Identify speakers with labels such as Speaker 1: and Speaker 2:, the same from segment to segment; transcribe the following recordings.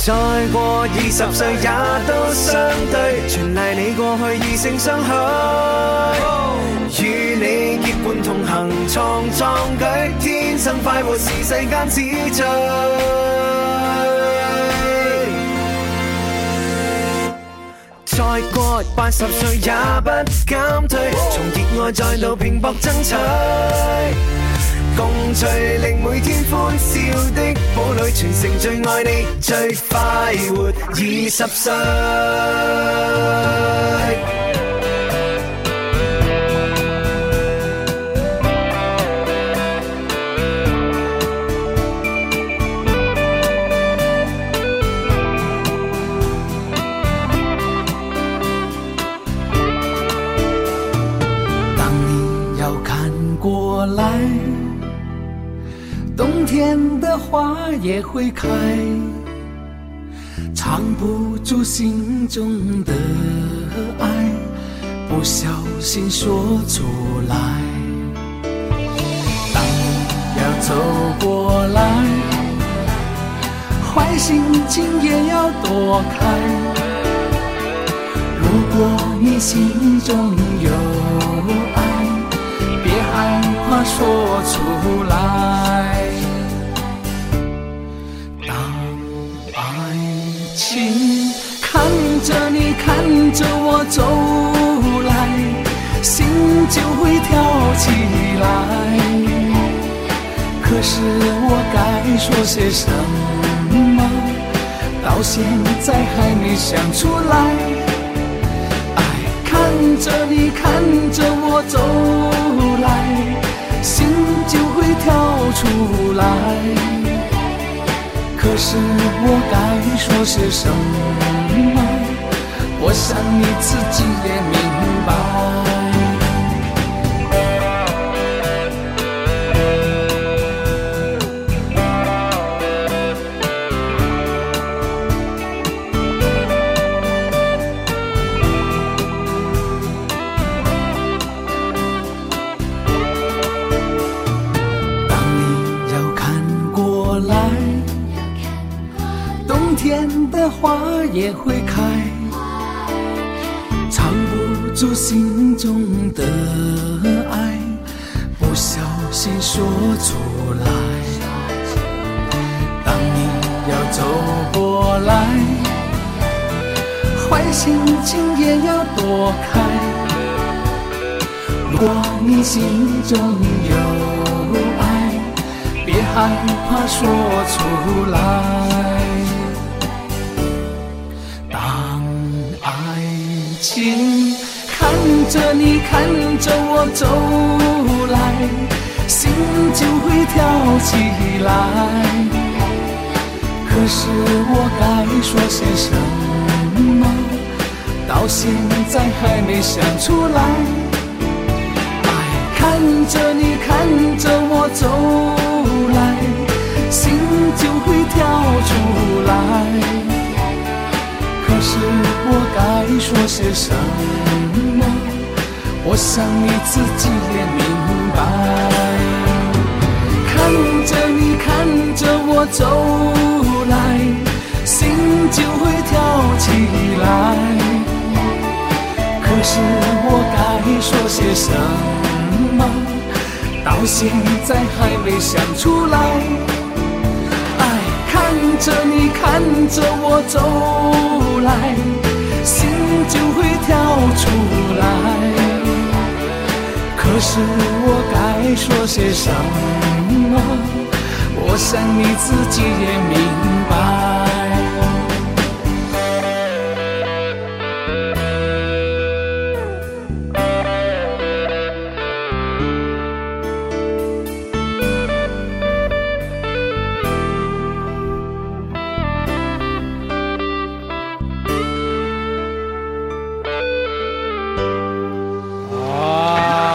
Speaker 1: 再過二十歲也都相對，全賴你過去異性相許，與你結伴同行創壯舉，天生快活是世間之最。再過八十歲也不減退，從熱愛再度拼搏爭取，共聚令每天歡笑的堡壘，全城最愛你，最快活二十歲。
Speaker 2: 当你要看过来，冬天的花也会开，藏不住心中的爱，不小心说出来。当你要走过来，坏心情也要躲开。如果你心中有爱，别害怕说出来。当爱情看着你看着我走来，心就会跳起来。可是我该说些什么？到现在还没想出来。爱看着你看着我走来，心就会跳出来。可是我该说些什么？我想你自己也明白。当你要看过来，冬天的花也会开，藏不住心中的爱，不小心说出来。当你要走过来，坏心情也要躲开。如果你心中有爱，别害怕说出来。当爱情看着你看着我走来，心就会跳起来。可是我该说些什么？到现在还没想出来。爱看着你看着我走来，心就会跳出来。可是我该说些什么？我想你自己也明白。看着你看着我走来，心就会跳起来。可是我该说些什么？到现在还没想出来。爱看着你看着我走来，心就会跳出来。可是我该说些什么？我想你自己也明白。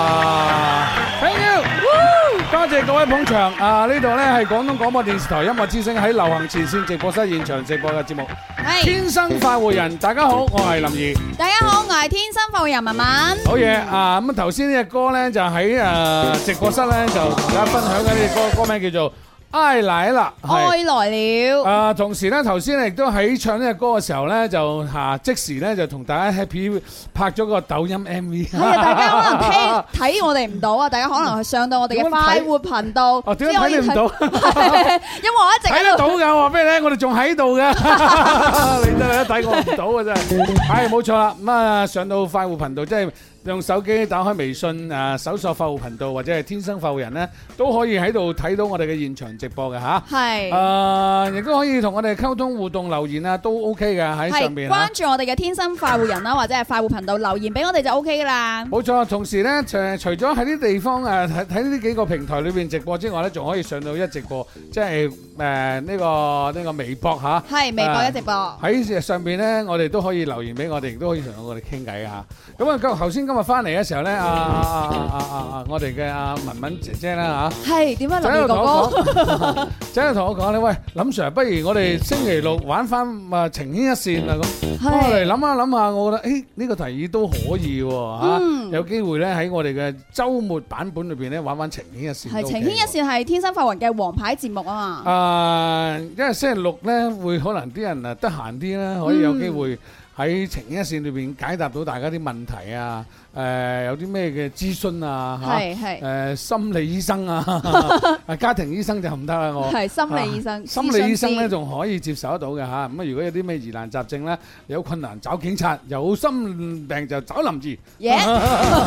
Speaker 3: Thank you，多謝各位捧場。啊，呢度呢係廣東廣播電視台音樂之聲喺流行前線直播室現場直播嘅節目《天生快活人》。大家好，我係林怡。好嘢啊！咁頭先呢只歌咧就喺誒直播室咧就同大家分享緊呢只歌，歌名叫做《 ai lại là, là.
Speaker 4: 愛來了，
Speaker 3: 啊，同時咧，頭先亦都喺唱呢只歌嘅時候咧，就嚇即時咧就同大家 happy 拍咗個抖音 MV。
Speaker 4: 係啊！大家可能 聽睇我哋唔到啊，大家可能去上到我哋嘅快活頻道，
Speaker 3: 哦，點
Speaker 4: 之
Speaker 3: 解
Speaker 4: 後
Speaker 3: 睇
Speaker 4: 可以
Speaker 3: 你唔到？
Speaker 4: 因為 我一直
Speaker 3: 睇
Speaker 4: 喺
Speaker 3: 得
Speaker 4: 度
Speaker 3: 到㗎，我話俾你聽，我哋仲喺度㗎。你真係一睇我唔到啊！真係。係冇錯啦，咁啊上到快活頻道，即係用手機打開微信啊，搜索快活頻道或者係天生快活人咧，都可以喺度睇到我哋嘅現場直播嘅嚇。
Speaker 4: 係
Speaker 3: 啊誒，亦都可以同我哋溝通互動留言啊，都 OK 嘅喺上
Speaker 4: 係
Speaker 3: 邊
Speaker 4: 關
Speaker 3: 啊。
Speaker 4: 注我哋嘅天生快活人啦，或者係快活頻道留言俾我哋就 O K 噶啦。
Speaker 3: 冇錯，同時咧，除除咗喺啲地方誒喺喺呢幾個平台裏邊直播之外咧，仲可以上到一直播，即係誒呢個呢、個微博嚇。
Speaker 4: 係微博一直播，
Speaker 3: 喺上邊咧，我哋都可以留言俾我哋，亦都可以同我哋傾偈啊！咁啊，今頭先今日翻嚟嘅時候咧，啊啊啊啊啊啊！我哋嘅阿文文姐姐啦
Speaker 4: 係點樣
Speaker 3: 嚇，就喺度
Speaker 4: 林哥
Speaker 3: 同我
Speaker 4: 哥？
Speaker 3: 講，就喺度同我講咧，喂，林 Sir，不如我哋星期六玩翻啊情牽一線啊咁。我嚟
Speaker 4: 係
Speaker 3: 諗下諗下，我覺得誒呢個提議都可以喎嚇，啊
Speaker 4: 嗯
Speaker 3: 有機會咧喺我哋嘅週末版本裏邊咧玩玩情牽一線。
Speaker 4: 係情牽一。線係天生快活人嘅王牌節目啊嘛，
Speaker 3: 啊，因為星期六咧會可能啲人啊得閒啲啦，可以有機會喺情牽一線裏邊解答到大家啲問題啊，誒有啲咩嘅諮詢啊嚇，
Speaker 4: 係係
Speaker 3: 誒心理醫 生啊，啊家庭醫生就唔得啦我。
Speaker 4: 係心理醫生，
Speaker 3: 啊心理醫生咧
Speaker 4: 諮詢師
Speaker 3: 仲可以接受得到嘅嚇，咁啊如果有啲咩疑難雜症咧，有困難找警察，有心病就找林兒，
Speaker 4: Yeah，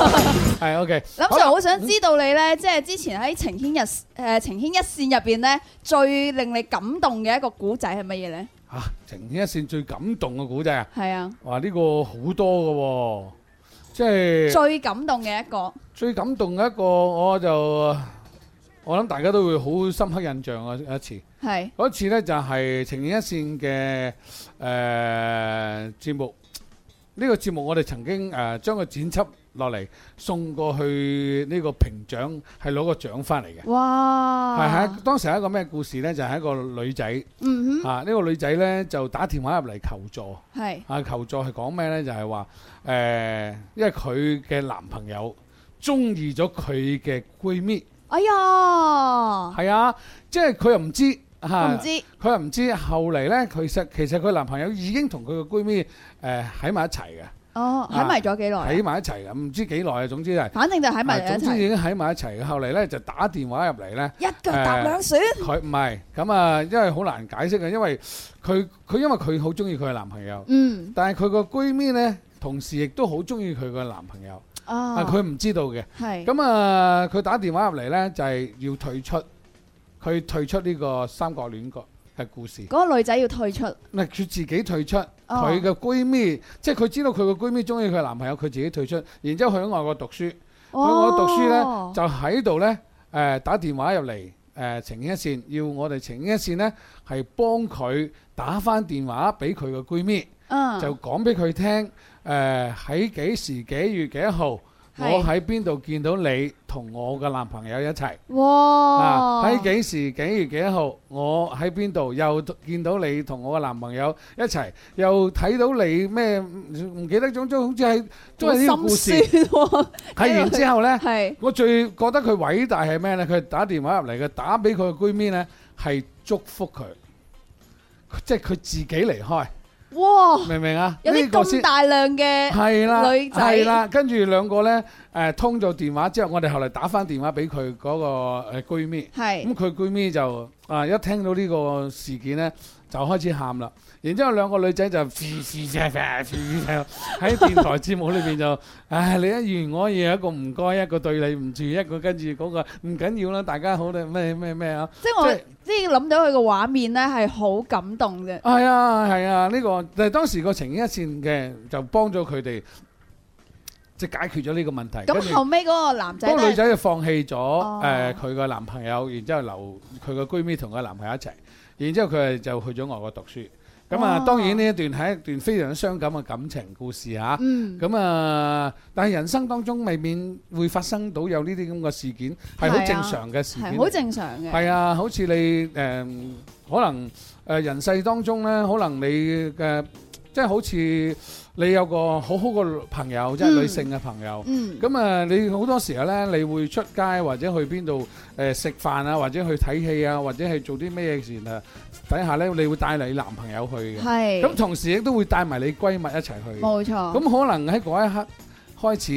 Speaker 3: 係 OK。
Speaker 4: 林
Speaker 3: 好
Speaker 4: Sir
Speaker 3: 啦
Speaker 4: 好想知道你咧，即係之前喺情牽日誒情牽一線入邊咧，最令你感動嘅一個古仔係乜嘢咧？
Speaker 3: 嚇，情牽一線最感動嘅古仔啊！
Speaker 4: 係啊，
Speaker 3: 哇，呢個好多嘅喎，即係
Speaker 4: 最感動嘅一個
Speaker 3: 最感動嘅一個，我就我諗大家都會好深刻印象啊一次。
Speaker 4: 係
Speaker 3: 嗰次咧就係情牽一線嘅誒節目，呢、個節目我哋曾經誒、呃、將佢剪輯落嚟送過去呢個評獎，係攞個獎翻嚟嘅。係
Speaker 4: 哇，
Speaker 3: 喺當時係一個咩故事呢？就係、一個女仔
Speaker 4: 嗯
Speaker 3: 啊，呢、個女仔呢，就打電話入嚟求助
Speaker 4: 哼，係
Speaker 3: 啊，求助係講咩呢？就係話誒，因為佢嘅男朋友中意咗佢嘅閨蜜，
Speaker 4: 哎呀，
Speaker 3: 係啊，即係佢又唔知
Speaker 4: 我
Speaker 3: 嚇
Speaker 4: 唔。知
Speaker 3: 佢又唔知，後嚟呢，其實其實佢男朋友已經同佢個闺蜜誒喺埋一齊嘅，
Speaker 4: 哦，喺埋咗幾耐啊？
Speaker 3: 喺埋一齊嘅，唔知幾耐啊。總之係，
Speaker 4: 反正就喺埋
Speaker 3: 啊
Speaker 4: 一
Speaker 3: 總之
Speaker 4: 齊，
Speaker 3: 已經喺埋一齊嘅。後嚟呢，就打電話入嚟 呢，
Speaker 4: 一腳踏兩船，
Speaker 3: 佢唔係咁啊，因為好難解釋嘅，因為佢佢因為佢好中意佢嘅男朋友，
Speaker 4: 嗯
Speaker 3: 但係佢個闺蜜呢，同時亦都好中意佢個男朋友，
Speaker 4: 啊
Speaker 3: 啊，佢唔知道嘅。
Speaker 4: 係
Speaker 3: 咁啊，佢打電話入嚟呢，就係要退出，佢退出呢個三角戀個嘅故事。
Speaker 4: 嗰個女仔要退出，
Speaker 3: 嗱，佢自己退出，
Speaker 4: 哦
Speaker 3: 佢嘅閨蜜，即係佢知道佢嘅閨蜜中意佢男朋友，佢自己退出，然之後去咗外國讀書，去外國讀書呢，
Speaker 4: 哦
Speaker 3: 就喺度呢，誒、打電話入嚟，誒、情牽一線，要我哋情牽一線呢，係幫佢打翻電話俾佢嘅閨蜜，
Speaker 4: 嗯
Speaker 3: 就講俾佢聽，誒喺幾時幾月幾號，我喺邊度見到你同我嘅男朋友一齊。
Speaker 4: 哇
Speaker 3: 啊！喺幾時幾月幾號，我喺邊度又見到你同我嘅男朋友一齊，又睇到你咩唔記得種種，好似係都係呢個故事。睇完之後呢，
Speaker 4: 係
Speaker 3: 我最覺得佢偉大係咩呢？佢打電話入嚟，佢打俾佢嘅閨蜜呢，係祝福佢，即係佢自己離開，
Speaker 4: 哇，
Speaker 3: 明唔明啊？
Speaker 4: 有
Speaker 3: 呢
Speaker 4: 啲
Speaker 3: 個先
Speaker 4: 咁大量嘅
Speaker 3: 係啦，
Speaker 4: 女仔
Speaker 3: 係啦，跟住兩個呢，誒、通咗電話之後，我哋後嚟打翻電話俾佢嗰個誒閨蜜。
Speaker 4: 係
Speaker 3: 咁佢閨咪就啊一聽到呢個事件咧，就開始喊啦。然之後兩個女仔就 喺電台節目裏邊就， 唉，你一言我一語，一個唔該，一個對你唔住，一個跟住嗰個嗯唔緊要啦，大家好啦，咩咩咩啊，
Speaker 4: 即係
Speaker 3: 即
Speaker 4: 我
Speaker 3: 係
Speaker 4: 即係諗到佢個畫面咧係好感動嘅，
Speaker 3: 係啊係啊，呢、個但係當時個情牽一線嘅就幫咗佢哋，即係解決咗呢個問題。跟
Speaker 4: 咁
Speaker 3: 住
Speaker 4: 後尾嗰個男仔
Speaker 3: 嗰個女
Speaker 4: 咧
Speaker 3: 仔就放棄咗
Speaker 4: 哦
Speaker 3: 誒佢個男朋友，然之後留佢個閨蜜同佢男朋友一齊，然之後佢係就去咗外國讀書。咁啊，
Speaker 4: 哦
Speaker 3: 當然呢一段係一段非常傷感嘅感情故事嚇。
Speaker 4: 嗯
Speaker 3: 咁啊，但係人生當中未免會發生到有呢啲咁嘅事件，係好
Speaker 4: 係啊
Speaker 3: 正常嘅事件
Speaker 4: 係
Speaker 3: 嚟。
Speaker 4: 好正常嘅，
Speaker 3: 係啊，好似你誒、可能誒、人世當中咧，可能你嘅即係好似你有個好好嘅朋友，即係女性嘅朋友。
Speaker 4: 嗯，
Speaker 3: 咁啊，你好多時候咧，你會出街或者去邊度誒食飯啊，或者去睇戲啊，或者係做啲咩嘢前啊，底下咧你會帶你男朋友去嘅。
Speaker 4: 係，
Speaker 3: 咁同時亦都會帶埋你閨蜜一齊去。
Speaker 4: 冇錯，
Speaker 3: 咁可能喺嗰一刻開始，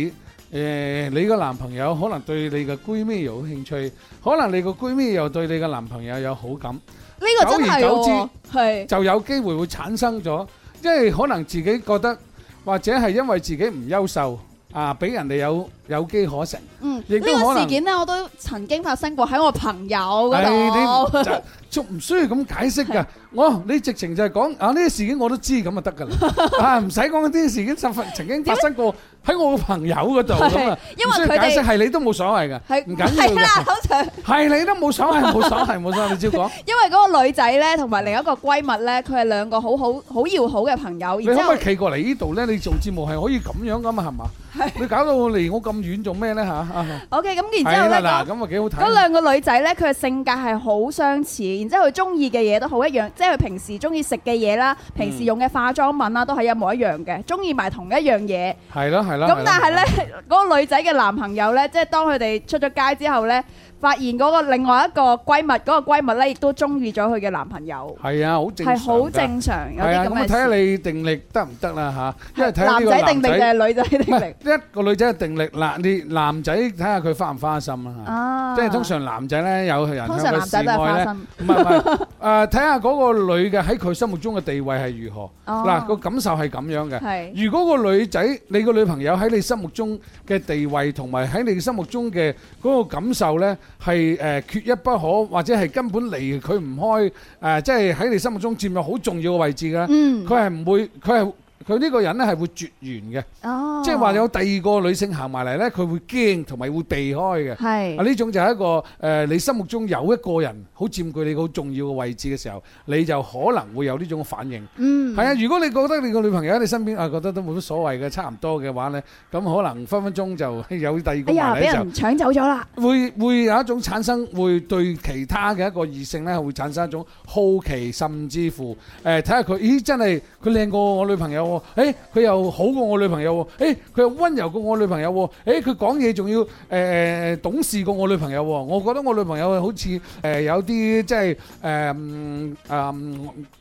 Speaker 3: 誒、你個男朋友可能對你嘅閨蜜有興趣，可能你個閨蜜又對你嘅男朋友有好感，
Speaker 4: 呢個真係
Speaker 3: 久而久之
Speaker 4: 喎，係
Speaker 3: 就有機會會產生咗，因為可能自己覺得或者係因為自己唔優秀啊，俾人哋有有機可乘。
Speaker 4: 嗯，
Speaker 3: 亦
Speaker 4: 呢
Speaker 3: 都可
Speaker 4: 個
Speaker 3: 能
Speaker 4: 事件咧，我都曾經發生過喺我朋友嗰度，
Speaker 3: 唉，你唔-就-唔需要咁解釋㗎。à, 我-你直情就係講，啊，呢啲事件我都知，咁就得㗎啦。À, 啊，唔使講呢啲事件，實發-曾經發生過喺我個朋友嗰度，
Speaker 4: 係，
Speaker 3: 咁啊，
Speaker 4: 因為
Speaker 3: 唔需要
Speaker 4: 佢哋-
Speaker 3: 解釋，係你都冇所謂㗎，
Speaker 4: 係
Speaker 3: 唔緊要㗎，
Speaker 4: 係啦，通常
Speaker 3: 係你都冇所謂，冇所謂，冇所謂，你照講。
Speaker 4: 因為嗰個女仔咧，同埋另一個閨蜜咧，佢係兩個好好好要好嘅朋友，然之後
Speaker 3: 你可唔可以企過嚟呢度呢？你做節目係可以咁樣㗎嘛，係嘛？你搞到離我咁遠做咩呢？嚇，啊，
Speaker 4: ，OK，咁然之後咧
Speaker 3: 係啦，
Speaker 4: 嗰。
Speaker 3: 嗱，咁啊幾好睇。
Speaker 4: 嗰兩個女仔呢，佢嘅性格係好相似，然之後佢中意嘅嘢都好一樣，即係佢平時中意食嘅嘢啦，平時用嘅化妝品啦，都係一模一樣嘅，中意埋同一樣嘢。
Speaker 3: 係咯，係咯，
Speaker 4: 咁
Speaker 3: 係咯，
Speaker 4: 但係呢，嗰個女仔嘅男朋友呢，即係當佢哋出咗街之後呢，發現嗰個另外一個閨蜜，嗰、個閨蜜呢，亦都中意咗佢嘅男朋友，
Speaker 3: 係啊，好正常㗎。
Speaker 4: 係好正常有
Speaker 3: 係啊，
Speaker 4: 啲
Speaker 3: 咁啊
Speaker 4: 咁嘅
Speaker 3: 睇下
Speaker 4: 事。
Speaker 3: 你定力得唔得啦嚇，因為睇下呢
Speaker 4: 男
Speaker 3: 個
Speaker 4: 仔
Speaker 3: 男
Speaker 4: 定力定
Speaker 3: 仔，
Speaker 4: 係女仔
Speaker 3: 唔
Speaker 4: 定力？
Speaker 3: 係一個女仔嘅定力嗱，你男仔睇下佢花唔花心啦嚇。
Speaker 4: 啊，
Speaker 3: 即係通常男仔咧有人向
Speaker 4: 通常
Speaker 3: 佢
Speaker 4: 男
Speaker 3: 示
Speaker 4: 仔都係花
Speaker 3: 愛咧，
Speaker 4: 心。
Speaker 3: 唔係唔係，誒睇下嗰個女嘅喺佢心目中嘅地位係如何，
Speaker 4: 哦
Speaker 3: 嗱個感受係咁樣嘅。
Speaker 4: 係
Speaker 3: 如果個女仔你個女朋友喺你心目中嘅地位同埋喺你心目中嘅嗰個感受呢，係誒、呃缺一不可，或者係根本離佢唔開誒、呃即係喺你心目中佔有好重要嘅位置嘅。
Speaker 4: 嗯
Speaker 3: 佢係唔會，佢係佢呢個人呢係會絕緣嘅，
Speaker 4: 哦，
Speaker 3: 即係話有第二個女性行埋嚟呢，佢會驚同埋會避開嘅。
Speaker 4: 係
Speaker 3: 啊！呢種就係一個誒、呃你心目中有一個人好佔據你個好重要嘅位置嘅時候，你就可能會有呢種反應。
Speaker 4: 嗯
Speaker 3: 係啊，如果你覺得你個女朋友喺你身邊啊，覺得都冇乜所謂嘅，差唔多嘅話咧，咁可能分分鐘就有第二個
Speaker 4: 哎呀，
Speaker 3: 埋
Speaker 4: 俾
Speaker 3: 嚟就
Speaker 4: 人搶走咗啦！
Speaker 3: 會會有一種產生會對其他嘅一個異性咧，會產生一種好奇，甚至乎誒睇下佢，咦真係佢靚過我女朋友喎，誒佢又好過我女朋友喎，誒佢又温柔過我女朋友喎，誒佢講嘢仲要誒、誒懂事過我女朋友喎，我覺得我女朋友好似誒、有啲即係誒嗯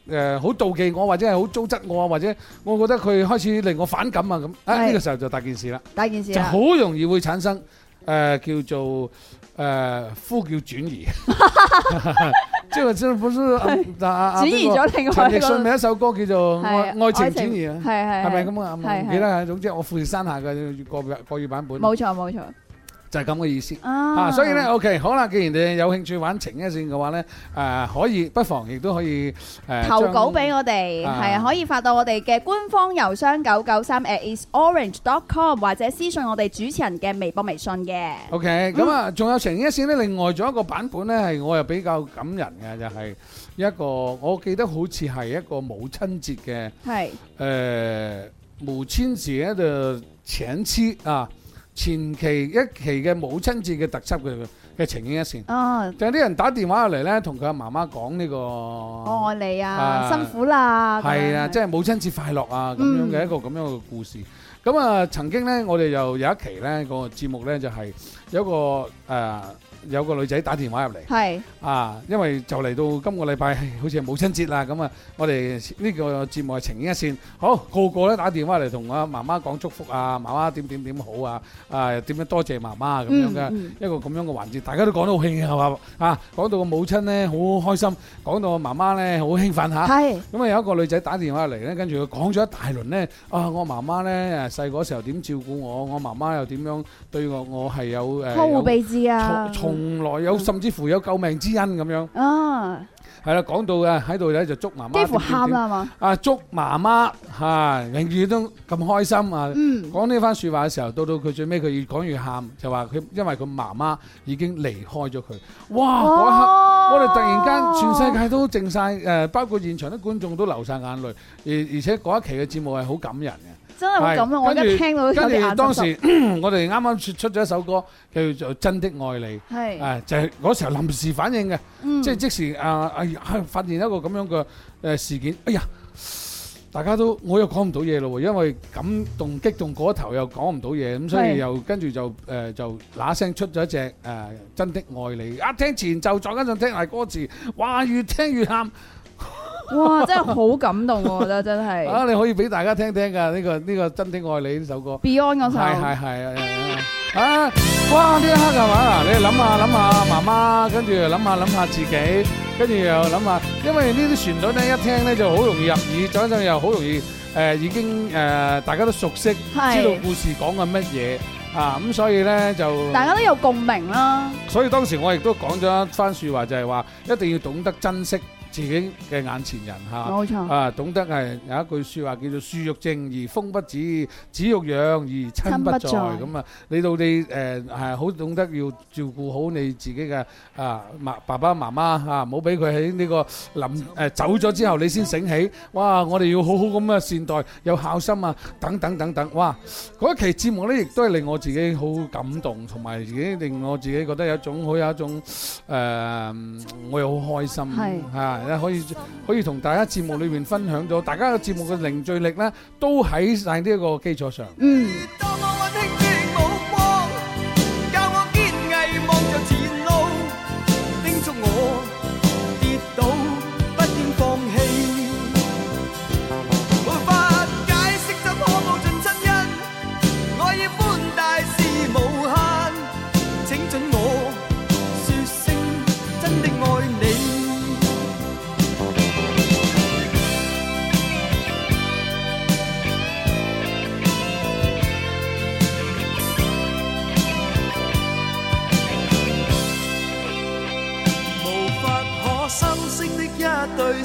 Speaker 3: 誒好妒忌我，或者係好糟質我啊，或者我覺得佢開始令我反感啊咁，啊
Speaker 4: 係
Speaker 3: 呢個時候就大件事啦。
Speaker 4: 大件事啊
Speaker 3: 就
Speaker 4: 啦
Speaker 3: 好，容易會產生誒、呃叫做誒、呃呼叫轉 移，即係真係本身啊啊啊
Speaker 4: 轉移
Speaker 3: 邊個
Speaker 4: 咗另外
Speaker 3: 陳
Speaker 4: 一
Speaker 3: 奕迅
Speaker 4: 個
Speaker 3: 咪一首歌叫做《愛
Speaker 4: 係
Speaker 3: 愛情轉移》啊
Speaker 4: 係，係
Speaker 3: 係咪？咁啊？
Speaker 4: 係
Speaker 3: 唔記得啊，總之我富士山下嘅國語國語版本
Speaker 4: 冇錯冇錯
Speaker 3: 就係咁嘅意思。
Speaker 4: 啊
Speaker 3: 啊，所以咧，OK，好啦，既然你有興趣玩情一線嘅話咧，誒、可以不妨亦都可以誒、呃
Speaker 4: 投稿
Speaker 3: 將
Speaker 4: 俾我哋，
Speaker 3: 啊
Speaker 4: 係啊，可以發到我哋嘅官方郵箱九九三 at isorange.com，或者私信我哋主持人嘅微博、微信嘅。
Speaker 3: O K，咁啊，仲有情一線咧，另外仲有一個版本咧，係我又比較感人嘅，就係、一個我記得好似係一個母親節嘅，誒、
Speaker 4: 係
Speaker 3: 母親節嘅前期啊，前期一期嘅母親節嘅特輯嘅嘅情牽一線，
Speaker 4: 啊，
Speaker 3: 就係啲人打電話入嚟咧，同佢阿媽媽講呢、個。
Speaker 4: 我愛你啊，
Speaker 3: 啊
Speaker 4: 辛苦啦。
Speaker 3: 係啊，即
Speaker 4: 係
Speaker 3: 係母親節快樂啊咁樣
Speaker 4: 嗯
Speaker 3: 嘅一個咁樣嘅故事。咁啊，曾經呢，我哋又有一期呢個節目呢，就係有一個誒、呃有個女仔打電話入嚟
Speaker 4: 係
Speaker 3: 啊，因為就嚟到今個禮拜，好似係母親節啦。咁啊，我哋呢個節目係情牽一線，好個個咧打電話嚟同阿媽媽講祝福啊，媽媽點點點好啊，啊點樣多謝媽媽啊咁樣嘅。
Speaker 4: 嗯嗯
Speaker 3: 一個咁樣嘅環節，大家都講得好興係嘛啊！講到個母親呢，好開心，講到個媽媽呢，好興奮嚇。
Speaker 4: 係
Speaker 3: 咁啊有一個女仔打電話嚟咧，跟住佢講咗一大輪咧，啊我媽媽咧誒細個時候點照顧我，我媽媽又點樣對我，我係有誒
Speaker 4: 呵護
Speaker 3: 有
Speaker 4: 備至啊
Speaker 3: 從，從來有甚至乎有救命之恩咁樣，
Speaker 4: 啊，
Speaker 3: 係啦，講到嘅喺度咧就祝媽媽
Speaker 4: 幾
Speaker 3: 點
Speaker 4: 乎
Speaker 3: 點
Speaker 4: 喊
Speaker 3: 點，
Speaker 4: 啦係嘛，
Speaker 3: 啊祝媽媽嚇永遠都咁開心啊！
Speaker 4: 嗯，
Speaker 3: 講呢番説話嘅時候，到到佢最尾佢越講越喊，就話佢因為佢媽媽已經離開咗佢，哇啊嗰一刻！我哋突然間全世界都靜晒，誒、包括現場啲觀眾都流晒眼淚，而而且嗰一期嘅節目係好感人嘅。
Speaker 4: 真係會咁啊！我而家
Speaker 3: 跟住
Speaker 4: 聽到都有啲
Speaker 3: 跟
Speaker 4: 眼
Speaker 3: 住當
Speaker 4: 濕濕
Speaker 3: 時 我哋啱啱出出咗一首歌叫做《真的愛你》，
Speaker 4: 係
Speaker 3: 誒、就係、嗰時候臨時反應嘅，
Speaker 4: 嗯
Speaker 3: 即係即時啊啊、哎呀發現一個咁樣嘅誒事件，哎呀大家都我又講唔到嘢咯喎，因為感動激動嗰頭又講唔到嘢，咁所以
Speaker 4: 係
Speaker 3: 又跟住就誒、呃就嗱聲出咗一隻誒、呃真的愛你，一聽前奏再加上聽埋歌詞，哇越聽越喊
Speaker 4: 哇，真係好感動，我覺得真係
Speaker 3: 啊！你可以俾大家聽聽㗎，呢、個呢、個真的愛你呢首歌。
Speaker 4: Beyond
Speaker 3: 係係
Speaker 4: 嗰首。
Speaker 3: 係係啊！哇！呢一刻係嘛？嗱，你諗下諗下媽媽，跟住又諗下諗下自己，跟住又諗下，因為呢啲旋律咧一聽咧就好容易入耳，再加上又好容易誒、呃已經誒、呃大家都熟悉，知
Speaker 4: 係
Speaker 3: 道故事講緊乜嘢啊！咁所以咧就，
Speaker 4: 大家都有共鳴啦，
Speaker 3: 所以當時我亦都講咗一番説話，就係話一定要懂得珍惜自己嘅眼前人嚇。
Speaker 4: 冇錯，
Speaker 3: 啊，懂得係有一句説話叫做樹欲靜而風不止，子欲養而親不在
Speaker 4: 親不在
Speaker 3: 咁啊。你到你誒係好懂得要照顧好你自己嘅啊媽爸爸媽媽嚇，唔好俾佢喺呢個臨誒、走咗之後你先醒起。哇！我哋要好好咁啊善待，有孝心啊，等等等等。哇！嗰一期節目咧，亦都係令我自己好感動，同埋自己令我自己覺得有一種好有一種誒、我又好開心
Speaker 4: 係
Speaker 3: 嚇，可以可以同大家節目裏面分享咗，大家嘅節目嘅凝聚力咧，都喺晒呢一個基礎上。
Speaker 4: 嗯，
Speaker 2: 當我溫馨的目光，教我堅毅望着前路，叮囑我跌倒不應放棄。沒法解釋怎可報盡親恩，愛意寬大是無限，請准我説聲真的愛你。
Speaker 5: 無法可修飾的一對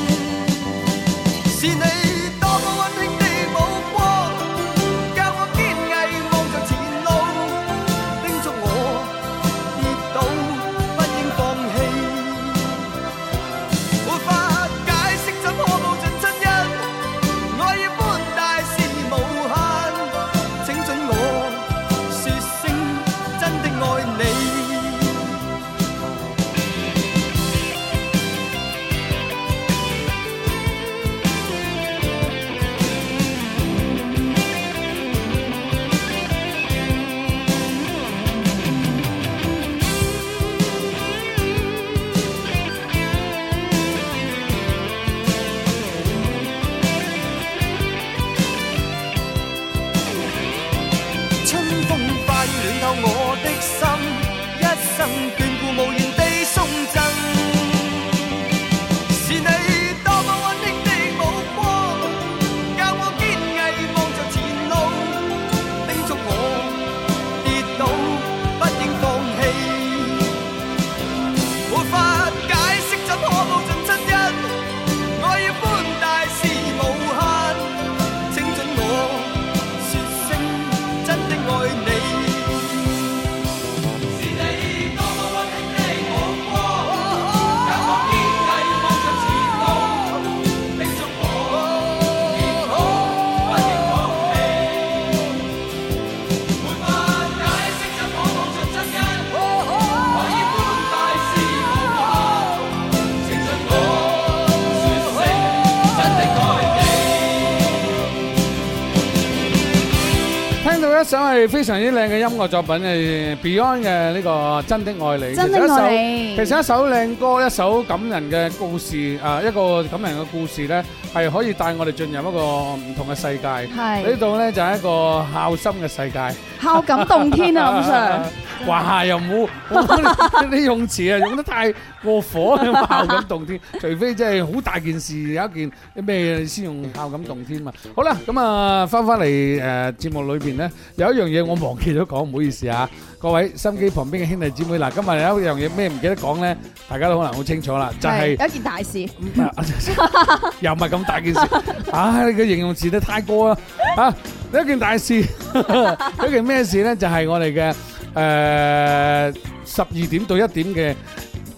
Speaker 2: 是你多麼溫馨的目光，教我堅毅望着前路，叮囑我跌倒不應放棄。沒法解釋怎可報盡親恩，愛意寬大是無限，請准我説聲真的愛你。春風快暖透我的心，一生眷顧無言地送贈。是你多麼溫馨的目光，教我堅毅望着前路，叮囑我跌倒不應放棄。沒法解釋怎可報盡親恩，愛要寬大是無限。請准我説聲真的愛你。是你多麼溫馨的目光，教我堅毅望着前路，叮囑我跌倒不應放棄。沒法解釋怎可望着真恩，可以寬大是無限。請准我説聲真的愛你。
Speaker 3: 聽到一首係非常之靚嘅音樂作品，係 Beyond 嘅呢個《真的愛你》。
Speaker 4: 真的愛你
Speaker 3: 其實一首其實一首靚歌，一首感人嘅故事，啊，一個感人嘅故事咧，係可以帶我哋進入一個唔同嘅世界。呢
Speaker 4: 係
Speaker 3: 度咧就係一個孝心嘅世界。
Speaker 4: 孝感動天啊， 林 Sir，
Speaker 3: 哇！又唔好，好你用詞啊用得太過火，孝感動天。除非真係好大件事，有一件咩先用孝感動天嘛。好啦，咁啊翻翻嚟誒節目裏邊咧，有一樣嘢我忘記咗講，唔好意思啊，各位心機旁邊嘅兄弟姊妹，嗱，今日有一樣嘢咩唔記得講咧，大家都可能好清楚啦，就係、
Speaker 4: 有一件大事，
Speaker 3: 嗯啊又唔係咁大件事， 唉、你個形容詞都太過啦，啊，一件大事， 一件咩事咧？就係、我哋嘅誒呃十二點到一點嘅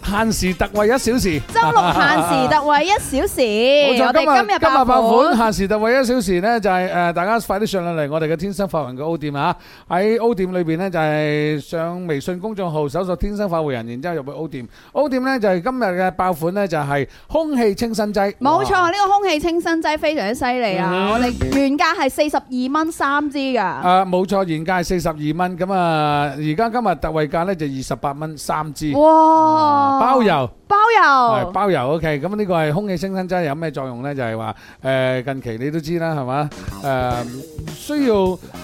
Speaker 3: 限時特惠一小時，
Speaker 4: 周六限時特惠一小時，
Speaker 3: 冇錯
Speaker 4: 我哋今日
Speaker 3: 今日爆款
Speaker 4: 款。
Speaker 3: 限時特惠一小時呢，就係、呃大家快啲上嚟我哋嘅天生發雲嘅 O 店啊！喺 O 店裏邊呢，就係、上微信公眾號搜索天生發回人，然之後入去 O 店。O 店呢，就係、今日嘅爆款呢，就係、空氣清新劑。
Speaker 4: 冇錯，呢個空氣清新劑非常之犀利
Speaker 3: 啊嗯
Speaker 4: 啊！我哋原價係四十二蚊三支㗎，
Speaker 3: 啊，冇錯，原價係四十二蚊，咁啊，而家今日特惠價呢，就二十八蚊三支，啊
Speaker 4: 哇！
Speaker 3: 包郵。
Speaker 4: 包
Speaker 3: 係
Speaker 4: 郵，
Speaker 3: 包郵 OK，咁呢個係空氣清新劑有咩作用咧？就係話誒近期你都知啦，係嘛？誒、需要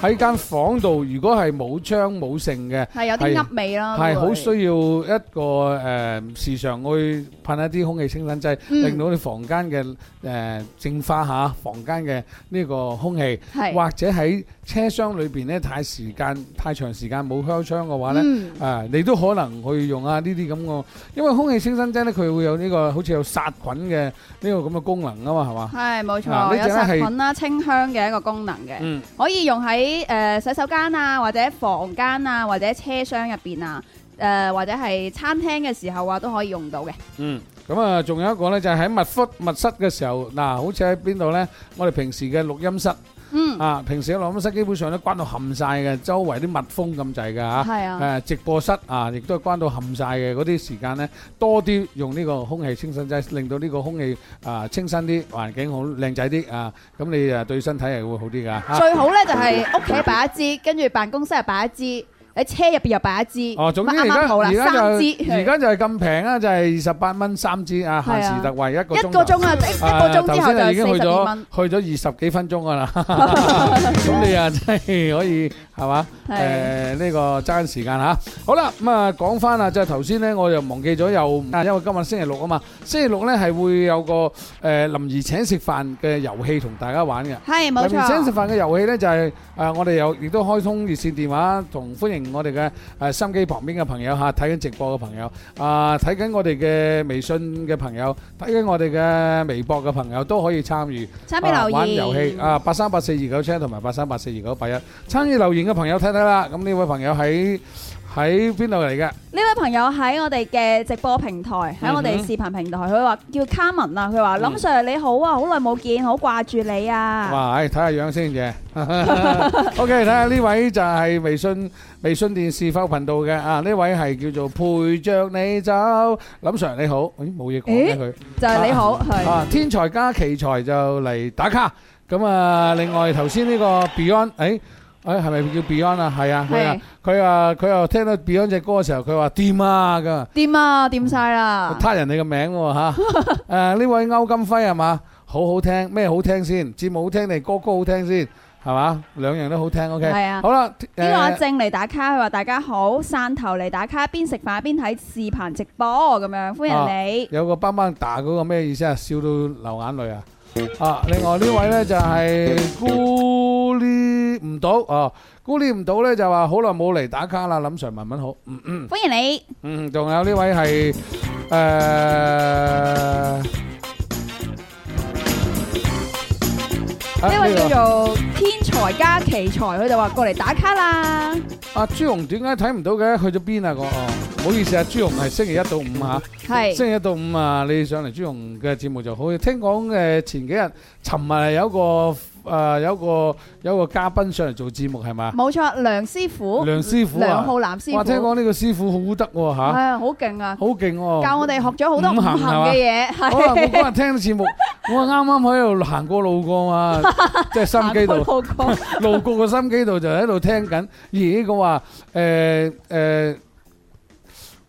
Speaker 3: 喺間房度，如果係冇窗冇剩嘅，
Speaker 4: 係有啲噏味啦，
Speaker 3: 係好
Speaker 4: 會
Speaker 3: 需要一個誒、時常去噴一啲空氣清新劑，
Speaker 4: 嗯
Speaker 3: 令到你房間嘅誒、呃淨化下房間嘅呢個空氣，
Speaker 4: 係
Speaker 3: 或者喺車廂裏邊咧太時間太長時間冇開窗嘅話咧。
Speaker 4: 嗯
Speaker 3: 啊，你都可能去用啊呢啲咁嘅，因為空氣清新劑咧，佢會有呢、個好似有殺菌嘅呢個咁嘅功能啊嘛，係嘛？
Speaker 4: 係冇錯，
Speaker 3: 啊呢隻
Speaker 4: 有
Speaker 3: 咧
Speaker 4: 殺
Speaker 3: 係
Speaker 4: 菌啦、清香嘅一個功能嘅，
Speaker 3: 嗯
Speaker 4: 可以用喺誒、呃洗手間啊，或者房間啊，或者車廂入邊啊，誒、或者係餐廳嘅時候啊，都可以用到嘅。
Speaker 3: 嗯。咁啊，仲有一個咧，就係喺密室密室嘅時候，嗱、好似喺邊度咧？我哋平時嘅錄音室
Speaker 4: 嗯，
Speaker 3: 啊，平時嘅錄音室基本上都關到冚晒嘅，周圍啲密封咁滯㗎嚇。
Speaker 4: 係啊，
Speaker 3: 誒直播室啊，亦都係關到冚晒嘅嗰啲時間咧，多啲用呢個空氣清新劑，令到呢個空氣啊清新啲，環境好靚仔啲啊，咁你誒對身體係會好啲㗎嚇。
Speaker 4: 最好咧就係屋企擺一支，跟住辦公室又擺一支，喺車入邊又擺一支，
Speaker 3: 哦，總之
Speaker 4: 咁啊
Speaker 3: 而
Speaker 4: 啱啱
Speaker 3: 家
Speaker 4: 好啦，
Speaker 3: 而家
Speaker 4: 三
Speaker 3: 就
Speaker 4: 支。
Speaker 3: 而家就係咁平啦，就係二十八蚊三支啊，
Speaker 4: 係啊
Speaker 3: 限時特惠一個
Speaker 4: 一
Speaker 3: 鐘
Speaker 4: 個
Speaker 3: 頭。
Speaker 4: 鐘啊，一一
Speaker 3: 啊
Speaker 4: 個鐘之後
Speaker 3: 頭先啊已
Speaker 4: 就
Speaker 3: 經
Speaker 4: 四
Speaker 3: 去
Speaker 4: 十二蚊
Speaker 3: 咗，去咗二十幾分鐘 㗎啦，咁你啊真係可以係嘛？
Speaker 4: 係
Speaker 3: 誒呢個揸緊時間嚇。好啦，咁啊講翻啊，就係頭先咧，我又忘記咗有啊，因為今日星期六啊嘛，星期六咧係會有個誒臨兒請食飯嘅遊戲同大家玩嘅。
Speaker 4: 係
Speaker 3: 臨
Speaker 4: 冇
Speaker 3: 時請食
Speaker 4: 錯，
Speaker 3: 飯嘅遊戲咧就係、呃我哋有亦都開通熱線電話，同歡迎我哋嘅誒心機旁邊嘅朋友嚇，睇緊直播嘅朋友，啊睇緊我哋嘅微信嘅朋友，睇緊我哋嘅微博嘅朋友都可以參與。
Speaker 4: 參與留
Speaker 3: 玩
Speaker 4: 言
Speaker 3: 遊戲啊，八三八四二九七同埋八三八四二九八一。參與留言嘅朋友睇睇啦，咁呢位朋友喺喺邊度嚟嘅？
Speaker 4: 呢位朋友喺我哋嘅直播平台，喺我哋視頻平台，佢話叫 Carmen 啊，佢話林 Sir 你好啊，好耐冇見，好掛住你啊。
Speaker 3: 哇，唉睇下樣先嘅。OK，睇下呢位就係微信微信電視快活頻道嘅啊，呢位係叫做陪着你走，林 Sir 你好，咦冇嘢講嘅佢。
Speaker 4: 就係你好，係
Speaker 3: 啊，天才加奇才就嚟打卡。咁啊，另外頭先呢個 Beyond，誒誒係咪叫 Beyond 啊？係啊，佢啊
Speaker 4: 係
Speaker 3: 佢啊佢又聽到 Beyond 只歌嘅時候，佢話掂啊咁啊，
Speaker 4: 掂啊，掂晒啦。
Speaker 3: 他人你個名喎 嚇。誒呢位歐金輝係嘛？好好聽，咩好聽先？節目好聽定歌歌好聽先？係嘛？兩樣都好聽。OK，
Speaker 4: 係啊
Speaker 3: 好啦，
Speaker 4: 呢個阿
Speaker 3: 誒
Speaker 4: 正嚟打卡，佢話大家好，汕頭嚟打卡，邊食飯邊睇視頻直播咁樣，歡迎你。
Speaker 3: 有個班班打嗰個咩意思啊？笑到流眼淚啊！啊，另外呢位咧就係孤呢唔到哦，孤呢唔到咧就話好耐冇嚟打卡啦，林 Sir 文文好，嗯嗯
Speaker 4: 歡迎你，
Speaker 3: 嗯，仲有呢位係 ờ, 誒。啊
Speaker 4: 呢位
Speaker 3: 呢個
Speaker 4: 叫做天才加奇才，佢就話過嚟打卡啦。
Speaker 3: 阿朱紅點解睇唔到嘅？去咗邊啊？個哦，唔好意思啊，朱紅係星期一到五嚇。
Speaker 4: 係
Speaker 3: 星期一到五啊，你上嚟朱紅嘅節目就好。聽講誒前幾日，尋日係有一個誒、呃有一個有一個嘉賓上嚟做節目係嘛？
Speaker 4: 冇錯，梁師傅，
Speaker 3: 梁師傅
Speaker 4: 梁
Speaker 3: 啊，
Speaker 4: 浩南師
Speaker 3: 哇！聽
Speaker 4: 傅，
Speaker 3: 講呢個師傅好得喎
Speaker 4: 係
Speaker 3: 嚇，
Speaker 4: 啊，好勁啊！
Speaker 3: 好勁喎！
Speaker 4: 教我哋學咗好多
Speaker 3: 五
Speaker 4: 五
Speaker 3: 行係
Speaker 4: 行
Speaker 3: 嘛
Speaker 4: 嘅嘢，
Speaker 3: 好啦，我
Speaker 4: 係
Speaker 3: 嗰日聽節目，我啱啱喺度行過路 過嘛，即係心機度。
Speaker 4: 行過路過
Speaker 3: 路過個心機度就喺度聽緊，咦？佢話誒誒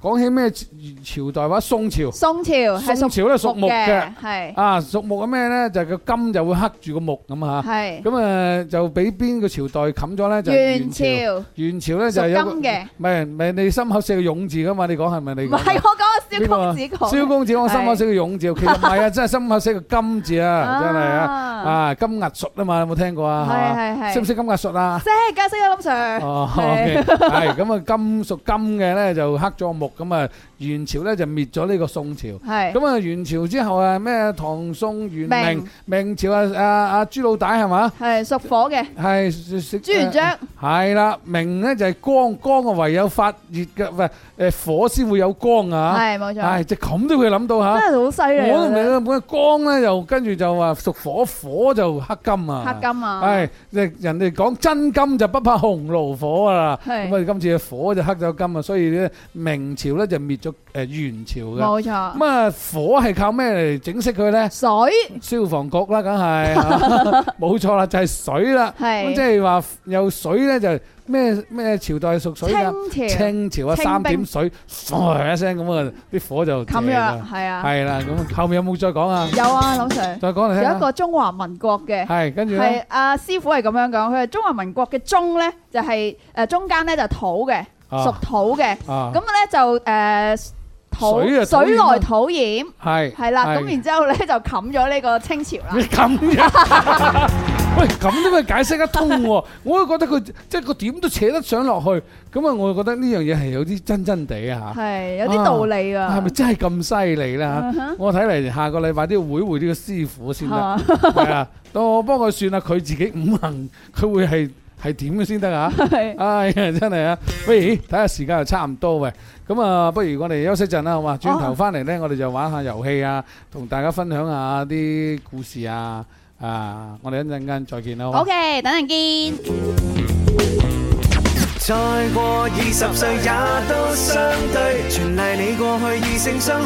Speaker 3: 講起咩朝代話，宋朝
Speaker 4: 宋朝係
Speaker 3: 宋朝咧屬木嘅
Speaker 4: 係
Speaker 3: 啊，屬木嘅咩咧？就係個金就會刻住個木咁啊。
Speaker 4: 係
Speaker 3: 咁啊，就俾邊個朝代冚咗咧？就係
Speaker 4: 元
Speaker 3: 元
Speaker 4: 朝
Speaker 3: 朝。元朝咧就係有個
Speaker 4: 屬金嘅
Speaker 3: 唔係唔係你心口寫個勇字噶嘛？你講係咪你
Speaker 4: 唔
Speaker 3: 講？
Speaker 4: 係我講
Speaker 3: 呢個
Speaker 4: 個
Speaker 3: 啊
Speaker 4: 蕭公子講，
Speaker 3: 蕭公子，我心口寫個勇字，其實唔係啊，真係心口寫個金 字啊，真係啊！
Speaker 4: 啊，
Speaker 3: 啊，金壓術啊嘛，有冇聽過啊？
Speaker 4: 係
Speaker 3: 係
Speaker 4: 係
Speaker 3: 嘛
Speaker 4: 係
Speaker 3: 識唔識金壓術 啊？
Speaker 4: 即係梗係識啦，林 Sir，
Speaker 3: 哦
Speaker 4: 係
Speaker 3: ，OK，係咁啊，金屬金嘅咧就黑咗木，咁啊元朝咧就滅咗呢個宋朝。
Speaker 4: 係
Speaker 3: 咁啊，元朝之後啊，咩唐宋元明
Speaker 4: 明
Speaker 3: 明朝啊，啊啊朱老大係嘛？
Speaker 4: 係屬火嘅
Speaker 3: 係食食
Speaker 4: 朱元璋，
Speaker 3: 係啦，明咧就係光，光啊唯有發熱嘅，唔係誒火先會有光啊！
Speaker 4: 係冇錯，
Speaker 3: 係即係咁都會諗到
Speaker 4: 真
Speaker 3: 嚇，
Speaker 4: 係好犀利啊，
Speaker 3: 我都唔明啊！本來光咧又跟住就話屬火，火就黑金啊！
Speaker 4: 黑金啊，
Speaker 3: 係，即人哋講真金就不怕紅爐火啊！
Speaker 4: 係
Speaker 3: 咁我哋今次嘅火就黑咗金啊，所以咧明朝咧就滅咗誒元朝嘅。
Speaker 4: 冇錯，
Speaker 3: 咁啊，火係靠咩嚟整熄佢 咧？
Speaker 4: 水
Speaker 3: 消防局啦，梗 係冇錯啦，就係水啦。咁即
Speaker 4: 係
Speaker 3: 係話有水咧，就咩咩朝代屬水㗎？
Speaker 4: 清朝
Speaker 3: 清朝啊，
Speaker 4: 清
Speaker 3: 三點
Speaker 4: 兵
Speaker 3: 水，唰一聲咁啊，啲火就
Speaker 4: 咁
Speaker 3: 謝
Speaker 4: 樣
Speaker 3: 啦。
Speaker 4: 係啊，
Speaker 3: 係啦，咁後面有冇再講啊？
Speaker 4: 有啊，林 Sir。
Speaker 3: 再講嚟聽
Speaker 4: 有一
Speaker 3: 下。
Speaker 4: 個中華民國嘅。
Speaker 3: 係，跟住咧
Speaker 4: 係啊，師傅係咁樣講，佢話中華民國嘅中咧就係、誒中間咧就土嘅，
Speaker 3: 啊
Speaker 4: 屬土嘅，
Speaker 3: 啊
Speaker 4: 咁，咧就誒、土
Speaker 3: 水啊土
Speaker 4: 水
Speaker 3: 掩啊
Speaker 4: 來土掩，
Speaker 3: 係
Speaker 4: 係啦，
Speaker 3: 係
Speaker 4: 咁然之後咧就冚咗呢個清朝啦，
Speaker 3: 咁樣， 喂，咁都咪解釋得通喎？我都覺得佢即係個點都扯得上落去，咁啊，我覺得呢樣嘢係有啲真真地啊嚇，
Speaker 4: 係有啲道理啊，
Speaker 3: 係咪真係咁犀利啦
Speaker 4: 嗯？哼哦
Speaker 3: 我睇嚟下個禮拜都要會會呢個師傅先
Speaker 4: 係
Speaker 3: 得，
Speaker 4: 嘛
Speaker 3: 係啊，當我幫佢算下佢自己五行，佢會係係點嘅先得啊？
Speaker 4: 係
Speaker 3: 哎 呀，真係啊！喂，睇下時間又差唔多喂，咁啊，不如我哋休息陣啦，好嘛？轉頭翻嚟呢，我哋就玩下遊戲啊，同大家分享下啲故事啊，啊，我哋一陣間再見啦，好嘛
Speaker 4: ？OK，等陣見。
Speaker 1: 再過二十歲也都相對，全賴你過去異性相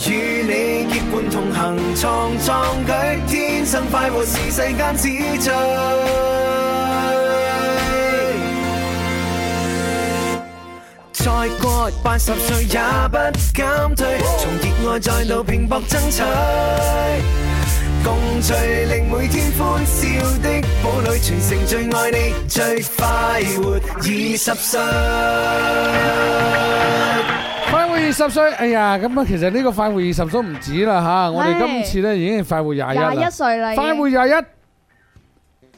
Speaker 1: 許，與你結伴同行創壯舉，天生快活是世間之最。再過八十歲也不減退，從熱愛再度拼搏爭取。共聚令每天歡笑的堡壘，全城最愛你，最快活二十歲。
Speaker 3: 快活二十歲，哎呀，咁啊，其實呢個快活二十都唔止啦吓，我哋
Speaker 4: 係
Speaker 3: 今次呢已經係快活廿一
Speaker 4: 廿
Speaker 3: 啦
Speaker 4: 一，歲啦已經，
Speaker 3: 快活廿一，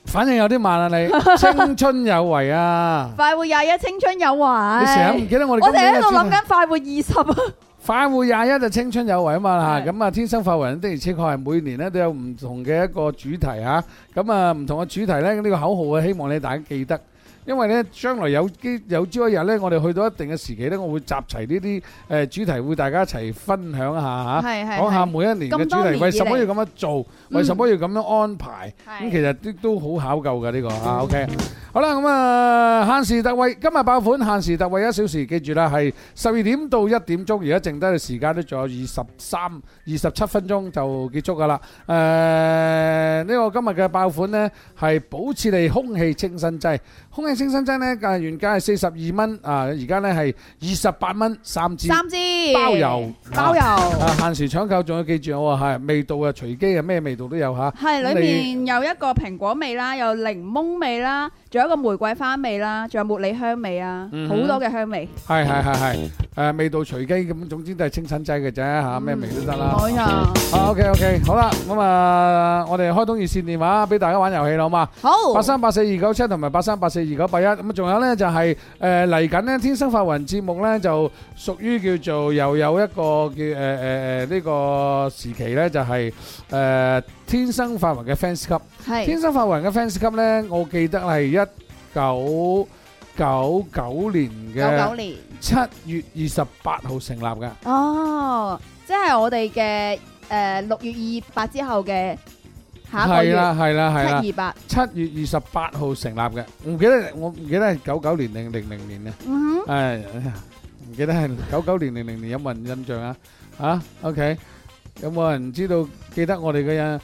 Speaker 3: 反應有啲慢啊你，青春有為啊，
Speaker 4: 快活廿一，青春有為。
Speaker 3: 你成日唔記得我哋
Speaker 4: 我
Speaker 3: 今
Speaker 4: 哋
Speaker 3: 年
Speaker 4: 喺
Speaker 3: 嘅
Speaker 4: 度
Speaker 3: 專
Speaker 4: 諗
Speaker 3: 題
Speaker 4: 緊快活二十啊，
Speaker 3: 快活廿一就青春有為啊嘛
Speaker 4: 係
Speaker 3: 嚇，咁啊天生快活人的而且確係每年咧都有唔同嘅一個主題啊，咁啊唔同嘅主題咧呢個口號啊，希望你大家記得，因為咧將來有機有朝一日咧，我哋去到一定嘅時期咧，我會集齊呢啲誒主題，會大家一齊分享一下嚇，
Speaker 4: 係係
Speaker 3: 講下每一年嘅
Speaker 4: 咁多
Speaker 3: 主題，
Speaker 4: 年
Speaker 3: 為
Speaker 4: 以
Speaker 3: 什麼
Speaker 4: 嚟
Speaker 3: 要咁樣做，為什麼要咁樣安排，咁
Speaker 4: 係
Speaker 3: 其實都都好考究㗎呢個啊，OK。好啦，咁啊限時特惠，今日爆款限時特惠一小時，記住啦，係十二點到一點鐘，而家剩低嘅時間都仲有二十三、二十七分鐘就結束噶啦。誒、呢個今日嘅爆款呢，係保持利空氣清新劑，空氣清新劑呢，價原價係四十二蚊啊，而家呢係二十八蚊三支。
Speaker 4: 三支
Speaker 3: 包郵
Speaker 4: 包郵。
Speaker 3: 啊！限時搶購，仲要記住我啊，係味道啊，隨機啊，咩味道都有嚇。
Speaker 4: 係，
Speaker 3: 咁
Speaker 4: 裏
Speaker 3: 你
Speaker 4: 面有一個蘋果味啦，有檸檬味啦，仲有一個玫瑰花味啦，仲有茉莉香味啊，
Speaker 3: 嗯
Speaker 4: 好
Speaker 3: 哼
Speaker 4: 多嘅香味。
Speaker 3: 係係係係誒，味道隨機咁，總之都係清新劑嘅啫嚇，咩味都得啦。
Speaker 4: 冇錯，
Speaker 3: 啊，OK À, OK，好啦，咁啊，我哋開通熱線電話俾大家玩遊戲啦，好嘛？
Speaker 4: 好
Speaker 3: 八三八四二九七同埋八三八四二九八一，咁仲有呢，就係誒嚟緊呢，天生發雲節目呢，就屬於叫做又有一個叫誒誒誒呢個時期呢，就係、誒、天生發雲嘅 fans club。
Speaker 4: 係
Speaker 3: 天生發雲嘅 fans club 呢，我記得係一九九九年
Speaker 4: 九
Speaker 3: 嘅
Speaker 4: 九年
Speaker 3: 七月二十八號成立嘅。
Speaker 4: 哦，即係我哋嘅誒六月二八之後嘅下一個
Speaker 3: 係啦，
Speaker 4: 月
Speaker 3: 係啦，係啦。
Speaker 4: 七二八，
Speaker 3: 七月二十八號成立嘅，我唔記得，我唔記得係九九年定零零年咧，
Speaker 4: 嗯
Speaker 3: 誒、唔記得係九九年零零年有冇人印象啊？啊，OK，有冇人知道記得我哋嘅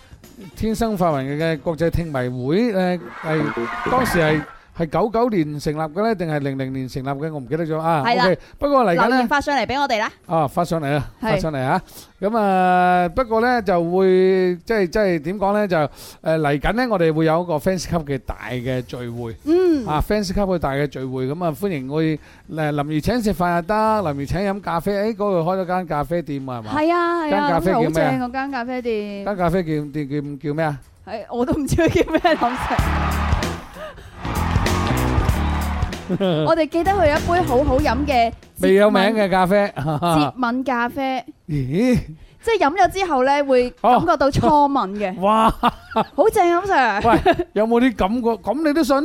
Speaker 3: 天生發雲嘅國際聽迷會咧係當時係係99年成立嘅呢，定係00年成立嘅？我唔記得咗。啊，
Speaker 4: 係啦。
Speaker 3: OK，不過嚟緊呢，
Speaker 4: 留言發上嚟俾我哋啦。
Speaker 3: 啊，發上嚟啊，
Speaker 4: 係
Speaker 3: 發上嚟啊！咁啊，不過咧就會即係即係點講咧就誒嚟緊咧，我哋會有一個 fans 級嘅大嘅聚會。
Speaker 4: 嗯，
Speaker 3: 啊，fans 級嘅大嘅聚會，咁啊歡迎我哋誒林如請食飯又得，林如請飲咖啡，誒嗰度開咗間咖啡店啊，係嘛？
Speaker 4: 係啊係
Speaker 3: 間咖
Speaker 4: 啊，
Speaker 3: 啡叫
Speaker 4: 咁好
Speaker 3: 咩啊
Speaker 4: 正嗰間咖啡店，
Speaker 3: 間咖啡店店叫叫咩啊？
Speaker 4: 係我都唔知佢 叫咩諗食。我哋記得佢有一杯好好飲嘅
Speaker 3: 未有名嘅啊咖啡。
Speaker 4: 接吻咖啡，
Speaker 3: 咦？
Speaker 4: 即係飲咗之後咧會感
Speaker 3: 哦
Speaker 4: 覺到初吻 嘅，
Speaker 3: 哇！
Speaker 4: 好正啊，林 Sir。
Speaker 3: 喂，有冇啲感覺？咁你都信？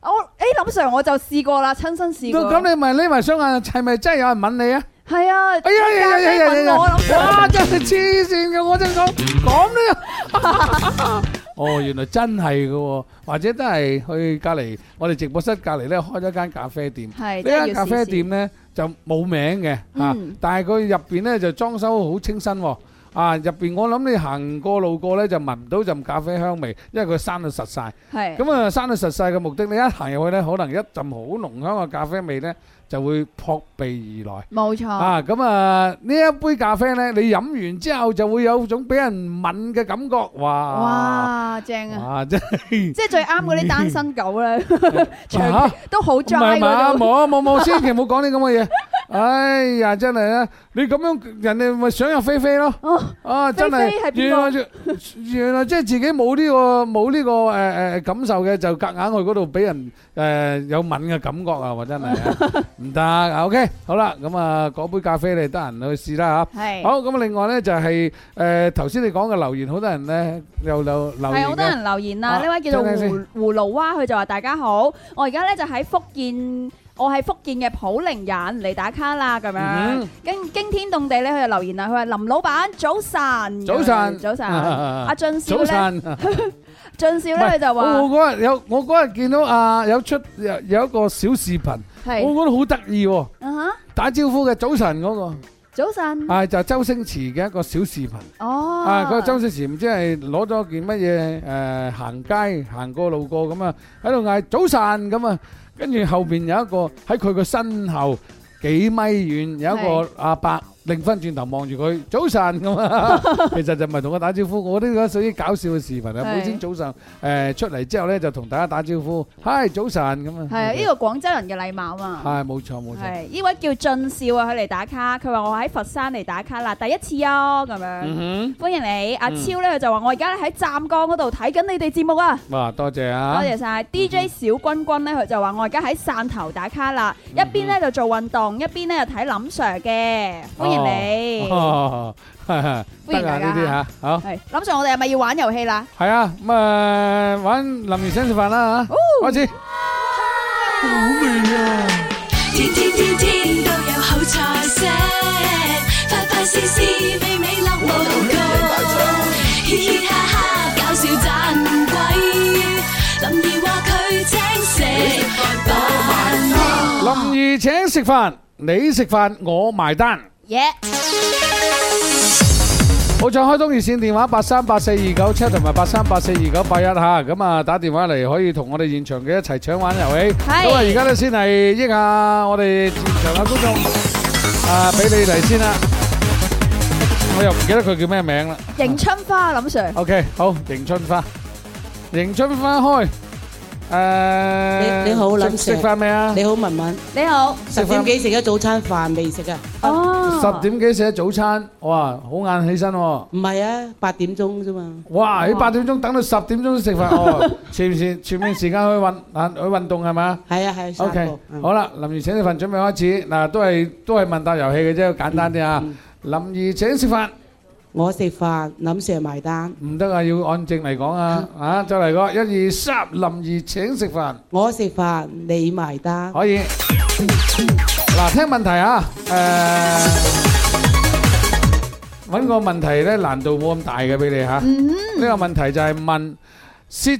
Speaker 4: 我誒林 Sir 我就試過啦，親身試過。
Speaker 3: 咁你咪匿埋雙眼，係咪真係有人吻你啊？
Speaker 4: 係啊，
Speaker 3: 哎呀呀呀呀哎呀呀！
Speaker 4: 我諗
Speaker 3: 哇！真係黐線嘅，我真講講呢。 哦，原來真係嘅喎，或者都係去隔離，我哋直播室隔離咧開咗間咖啡店。
Speaker 4: 係
Speaker 3: 呢
Speaker 4: 真係
Speaker 3: 間
Speaker 4: 要
Speaker 3: 咖啡
Speaker 4: 試
Speaker 3: 店
Speaker 4: 試。
Speaker 3: 咧就冇名嘅嚇
Speaker 4: 嗯，
Speaker 3: 但係佢入邊咧就裝修好清新喎。啊！入邊我諗你行過路過咧就聞唔到陣咖啡香味，因為佢閂到實晒。
Speaker 4: 係。
Speaker 3: 咁啊，閂到實晒嘅目的，你一行入去咧，可能一陣好濃香嘅咖啡味咧就會撲鼻而來。
Speaker 4: 冇錯。
Speaker 3: 啊，咁啊，呢一杯咖啡咧，你飲完之後就會有種俾人吻嘅感覺，哇！
Speaker 4: 哇，正啊！
Speaker 3: 哇，真係
Speaker 4: 即係最啱嗰啲單身 狗咧，長
Speaker 3: 嚇
Speaker 4: 都好
Speaker 3: 啊唔係
Speaker 4: dry
Speaker 3: 嘛？
Speaker 4: 嗰度。
Speaker 3: 冇冇冇，千祈唔好講啲咁嘅嘢。哎呀，真係啊！你咁樣人哋咪想入非非咯。
Speaker 4: 哦，
Speaker 3: 啊，真係
Speaker 4: 菲菲係邊個
Speaker 3: 原來就原來即係自己冇呢個冇呢個誒誒感受嘅，就夾硬去嗰度俾人誒有吻嘅感覺啊！話真係唔得啊，OK，好 à, 啦，咁啊，嗰杯咖啡你得閒去試啦嚇。
Speaker 4: 係
Speaker 3: 好，咁啊另外咧就係誒頭先你講嘅留言，好多人咧又留留
Speaker 4: 係
Speaker 3: 言
Speaker 4: 好多
Speaker 3: 嘅，
Speaker 4: 人留言啦，
Speaker 3: 啊
Speaker 4: 呢位叫做
Speaker 3: 聽聽
Speaker 4: 葫葫蘆娃，佢就話：大家好，我而家咧就喺福建。我係福建嘅普寧人嚟打卡啦，咁樣
Speaker 3: 嗯
Speaker 4: 驚驚天動地咧，佢就留言啦，佢話林老闆早晨，
Speaker 3: 早晨
Speaker 4: 早晨，
Speaker 3: 啊
Speaker 4: 阿俊少
Speaker 3: 早
Speaker 4: 咧，
Speaker 3: 晨。
Speaker 4: 俊少咧
Speaker 3: 唔係
Speaker 4: 佢就
Speaker 3: 我
Speaker 4: 話
Speaker 3: 嗰日有我嗰日見到啊有出有有一個小視頻，
Speaker 4: 係
Speaker 3: 我覺得好得意喎，
Speaker 4: 啊哈，
Speaker 3: 打招呼嘅早晨嗰個，
Speaker 4: 早晨，
Speaker 3: 啊就係周星馳嘅一個小視頻。
Speaker 4: 哦，
Speaker 3: 啊！嗰個周星馳唔知係攞咗件乜嘢誒行街行過路過咁啊，喺度嗌早晨咁啊，跟住後邊有一個喺佢個身後幾米遠有一個阿伯擰翻轉頭望住佢早晨 咁啊，其實就唔係同佢打招呼，我呢個屬於搞笑嘅視頻啊！
Speaker 4: 係
Speaker 3: 每天早上誒出嚟之後咧，就同大家打招呼，嗨早晨咁啊，
Speaker 4: 係啊呢個廣州人嘅禮貌嘛。
Speaker 3: 係冇錯冇錯，
Speaker 4: 係呢位叫俊少啊，佢嚟打卡，佢話我喺佛山嚟打卡啦，第一次啊，咁樣。
Speaker 3: 嗯
Speaker 4: 歡迎你，阿
Speaker 3: 嗯
Speaker 4: 超咧佢就話我而家咧喺湛江嗰度睇緊你哋節目啊。
Speaker 3: 哼，哇多謝
Speaker 4: 多
Speaker 3: 啊，
Speaker 4: 謝晒 DJ 小君君咧，佢就話我而家喺汕頭打卡啦，一邊咧就做運動，一邊咧就睇林 Sir 嘅，歡迎你，
Speaker 3: 哦，
Speaker 4: 歡迎
Speaker 3: 得啊
Speaker 4: 大
Speaker 3: 呢
Speaker 4: 家
Speaker 3: 啲嚇，好。
Speaker 4: 係林 Sir，我哋係咪要玩遊戲啦？
Speaker 3: 系啊，咁啊玩林如請食飯啦吓，開始。
Speaker 6: 天天天天都有好菜色，快快試試美美樂無窮，嘻嘻哈哈搞笑盞鬼，林兒話佢請食飯咯。
Speaker 3: 林如請食飯，你食飯我埋單。
Speaker 4: 耶！
Speaker 3: 好彩開通熱線電話八三八四二九七同埋八三八四二九八一吓，咁啊打電話嚟可以同我哋現場嘅一齊搶玩遊戲。
Speaker 4: 係
Speaker 3: 咁啊而家咧先係益下我哋現場嘅觀眾，啊俾你嚟先啦。我又唔記得佢叫咩名啦。
Speaker 4: 迎春花，林 Sir，
Speaker 3: OK，好，迎春花，迎春花開。誒，
Speaker 7: 你你好
Speaker 3: 食
Speaker 7: 林
Speaker 3: 食
Speaker 7: Sir
Speaker 3: 飯未啊？
Speaker 7: 你好文文，
Speaker 4: 你好，
Speaker 7: 十點幾食咗早餐飯未食啊？
Speaker 4: 哦，
Speaker 3: 十點幾食早餐，哇，好晏起身喎！
Speaker 7: 唔係啊，八點鐘啫嘛。
Speaker 3: 哇，喺八點鐘等到十點鐘 食飯，哦，前前前面時間去運啊去運動係嘛
Speaker 7: 係啊係啊。散
Speaker 3: ？OK，
Speaker 7: 步嗯
Speaker 3: 好啦，林怡請食飯準備開始，嗱都係都係問答遊戲嘅啫，簡單啲
Speaker 7: 嗯
Speaker 3: 啊！林怡請食飯
Speaker 7: 我食飯，諗住埋單。
Speaker 3: 唔得啊，要按正嚟講啊，啊再嚟個一二三，林怡請食飯。
Speaker 7: 我食飯，你埋單。
Speaker 3: 可以。嗱，聽問題啊，誒、Ờ, 揾個問題咧難度冇咁大嘅俾你嚇。呢、個問題就係問舌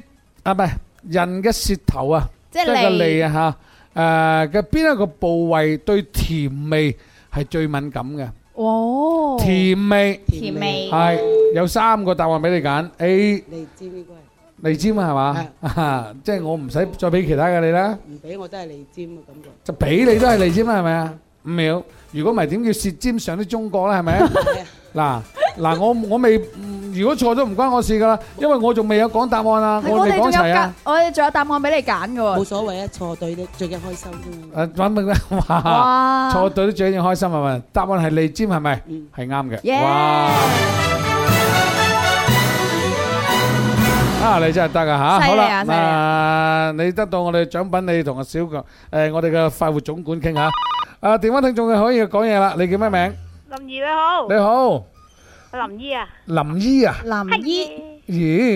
Speaker 3: 啊，唔係人嘅舌頭啊，
Speaker 4: 即係
Speaker 3: 係個
Speaker 4: 脷
Speaker 3: 脷啊嚇，誒嘅邊一個部位對甜味係最敏感嘅？
Speaker 4: 哦，
Speaker 3: 甜味
Speaker 4: 甜味，
Speaker 3: 係有三個答案俾你揀，A
Speaker 7: 你知邊個係？
Speaker 3: 利尖啊，係嘛
Speaker 7: 係？
Speaker 3: 啊即係我唔使再俾其他嘅你啦，
Speaker 7: 唔俾我都係利尖嘅感覺。
Speaker 3: 就俾你都係利尖啦，係咪啊？五秒，如果唔係點叫舌尖上啲中國啦，係 咪？
Speaker 7: 啊
Speaker 3: 嗱嗱，我我未，嗯如果錯咗唔關我事噶啦，因為我仲未有講答案啊，
Speaker 4: 係
Speaker 3: 我
Speaker 4: 我
Speaker 3: 未
Speaker 4: 哋仲有
Speaker 3: 講齊
Speaker 4: 揀
Speaker 3: 啊。，
Speaker 4: 我哋仲有答案俾你揀嘅
Speaker 7: 冇
Speaker 4: 喎。
Speaker 7: 所謂啊，錯對咧最緊開心啫嘛。
Speaker 3: 誒，揾明啦， 哇！
Speaker 4: 哇！
Speaker 3: 錯對都最緊要開心係咪？答案係利尖係咪？
Speaker 7: 嗯
Speaker 3: 係啱嘅。
Speaker 4: Yeah
Speaker 3: 哇！啊，你真係得啊嚇！好
Speaker 4: 犀利
Speaker 3: 啦
Speaker 4: 啊，犀利
Speaker 3: 嗱，你得到我哋獎品，你同阿小強誒，我哋嘅快活總管傾下。啊，電話聽眾嘅可以講嘢啦，你叫咩名？
Speaker 8: 林怡你好，
Speaker 3: 你好，
Speaker 8: 林姨啊，
Speaker 3: 林姨啊？
Speaker 4: 林姨，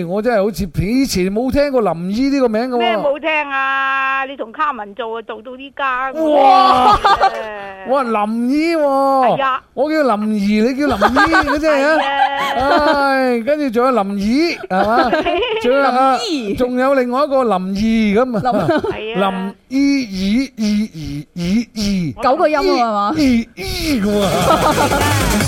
Speaker 3: 咦，我真係好似以前冇聽過林姨呢個名嘅
Speaker 8: 咩
Speaker 3: 喎。
Speaker 8: 冇聽啊？你同卡文做啊，做到依家。
Speaker 3: 哇！
Speaker 8: 我
Speaker 3: 我係林姨
Speaker 8: 係
Speaker 3: 喎
Speaker 8: 啊，
Speaker 3: 我叫林兒，你叫林姨，你真係啊！唉，跟住仲有林怡，係嘛？仲有啊
Speaker 4: 林怡
Speaker 3: 仲有另外一個林怡咁啊，
Speaker 8: 係啊
Speaker 3: 林，怡怡怡怡怡
Speaker 4: 九個音喎係嘛？
Speaker 3: 怡怡咁啊。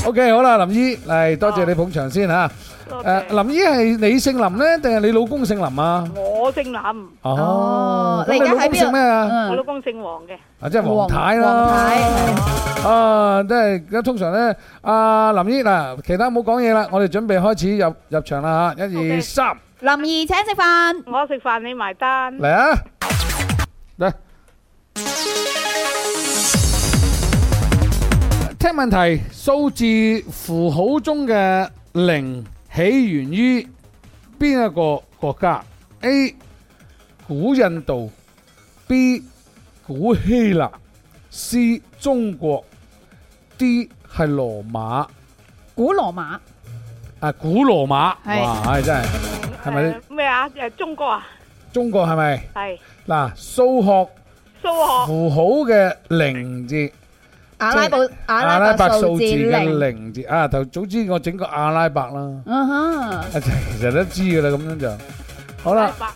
Speaker 3: OK，好啦，林姨，嚟多謝你捧場先嚇。
Speaker 8: 多謝
Speaker 3: 誒，林姨係你姓林咧，定係你老公姓林啊？
Speaker 8: 我姓林，
Speaker 3: 哦，咁
Speaker 4: 你
Speaker 3: 你
Speaker 4: 而家
Speaker 3: 老
Speaker 4: 喺
Speaker 3: 公姓
Speaker 4: 邊度？
Speaker 3: 咩啊？
Speaker 8: 我老
Speaker 4: 嗯，
Speaker 8: 公姓黃嘅，
Speaker 3: 啊，即係黃太
Speaker 4: 黃
Speaker 3: 啦
Speaker 4: 太。
Speaker 3: 啊，即係而家通常咧，阿林姨嗱，其他唔好講嘢啦，我哋準備開始入入場啦嚇，一二
Speaker 8: OK
Speaker 3: 三。
Speaker 4: 林怡請食飯，
Speaker 8: 我食飯你埋單。
Speaker 3: 嚟啊！嚟，聽問題，數字符號中嘅零起源於邊一個國家？A. 古印度，B. 古希臘，C. 中國，D. 係羅馬
Speaker 4: 古羅馬
Speaker 3: 啊，古羅馬。
Speaker 4: 係
Speaker 3: 哇！唉真係係咪
Speaker 8: 誒咩啊？誒中國啊，
Speaker 3: 中國係咪？
Speaker 8: 係
Speaker 3: 嗱，數學。
Speaker 8: 數學
Speaker 3: 符號嘅零字，
Speaker 4: 阿拉伯
Speaker 3: 阿
Speaker 4: 阿
Speaker 3: 拉
Speaker 4: 拉
Speaker 3: 伯
Speaker 4: 伯
Speaker 3: 數
Speaker 4: 數
Speaker 3: 字
Speaker 4: 字
Speaker 3: 嘅
Speaker 4: 零，
Speaker 3: 零字啊！就早知我整個阿拉伯啦，
Speaker 4: 嗯哼，
Speaker 3: 啊其實都知噶啦，咁樣就好啦。
Speaker 8: 大白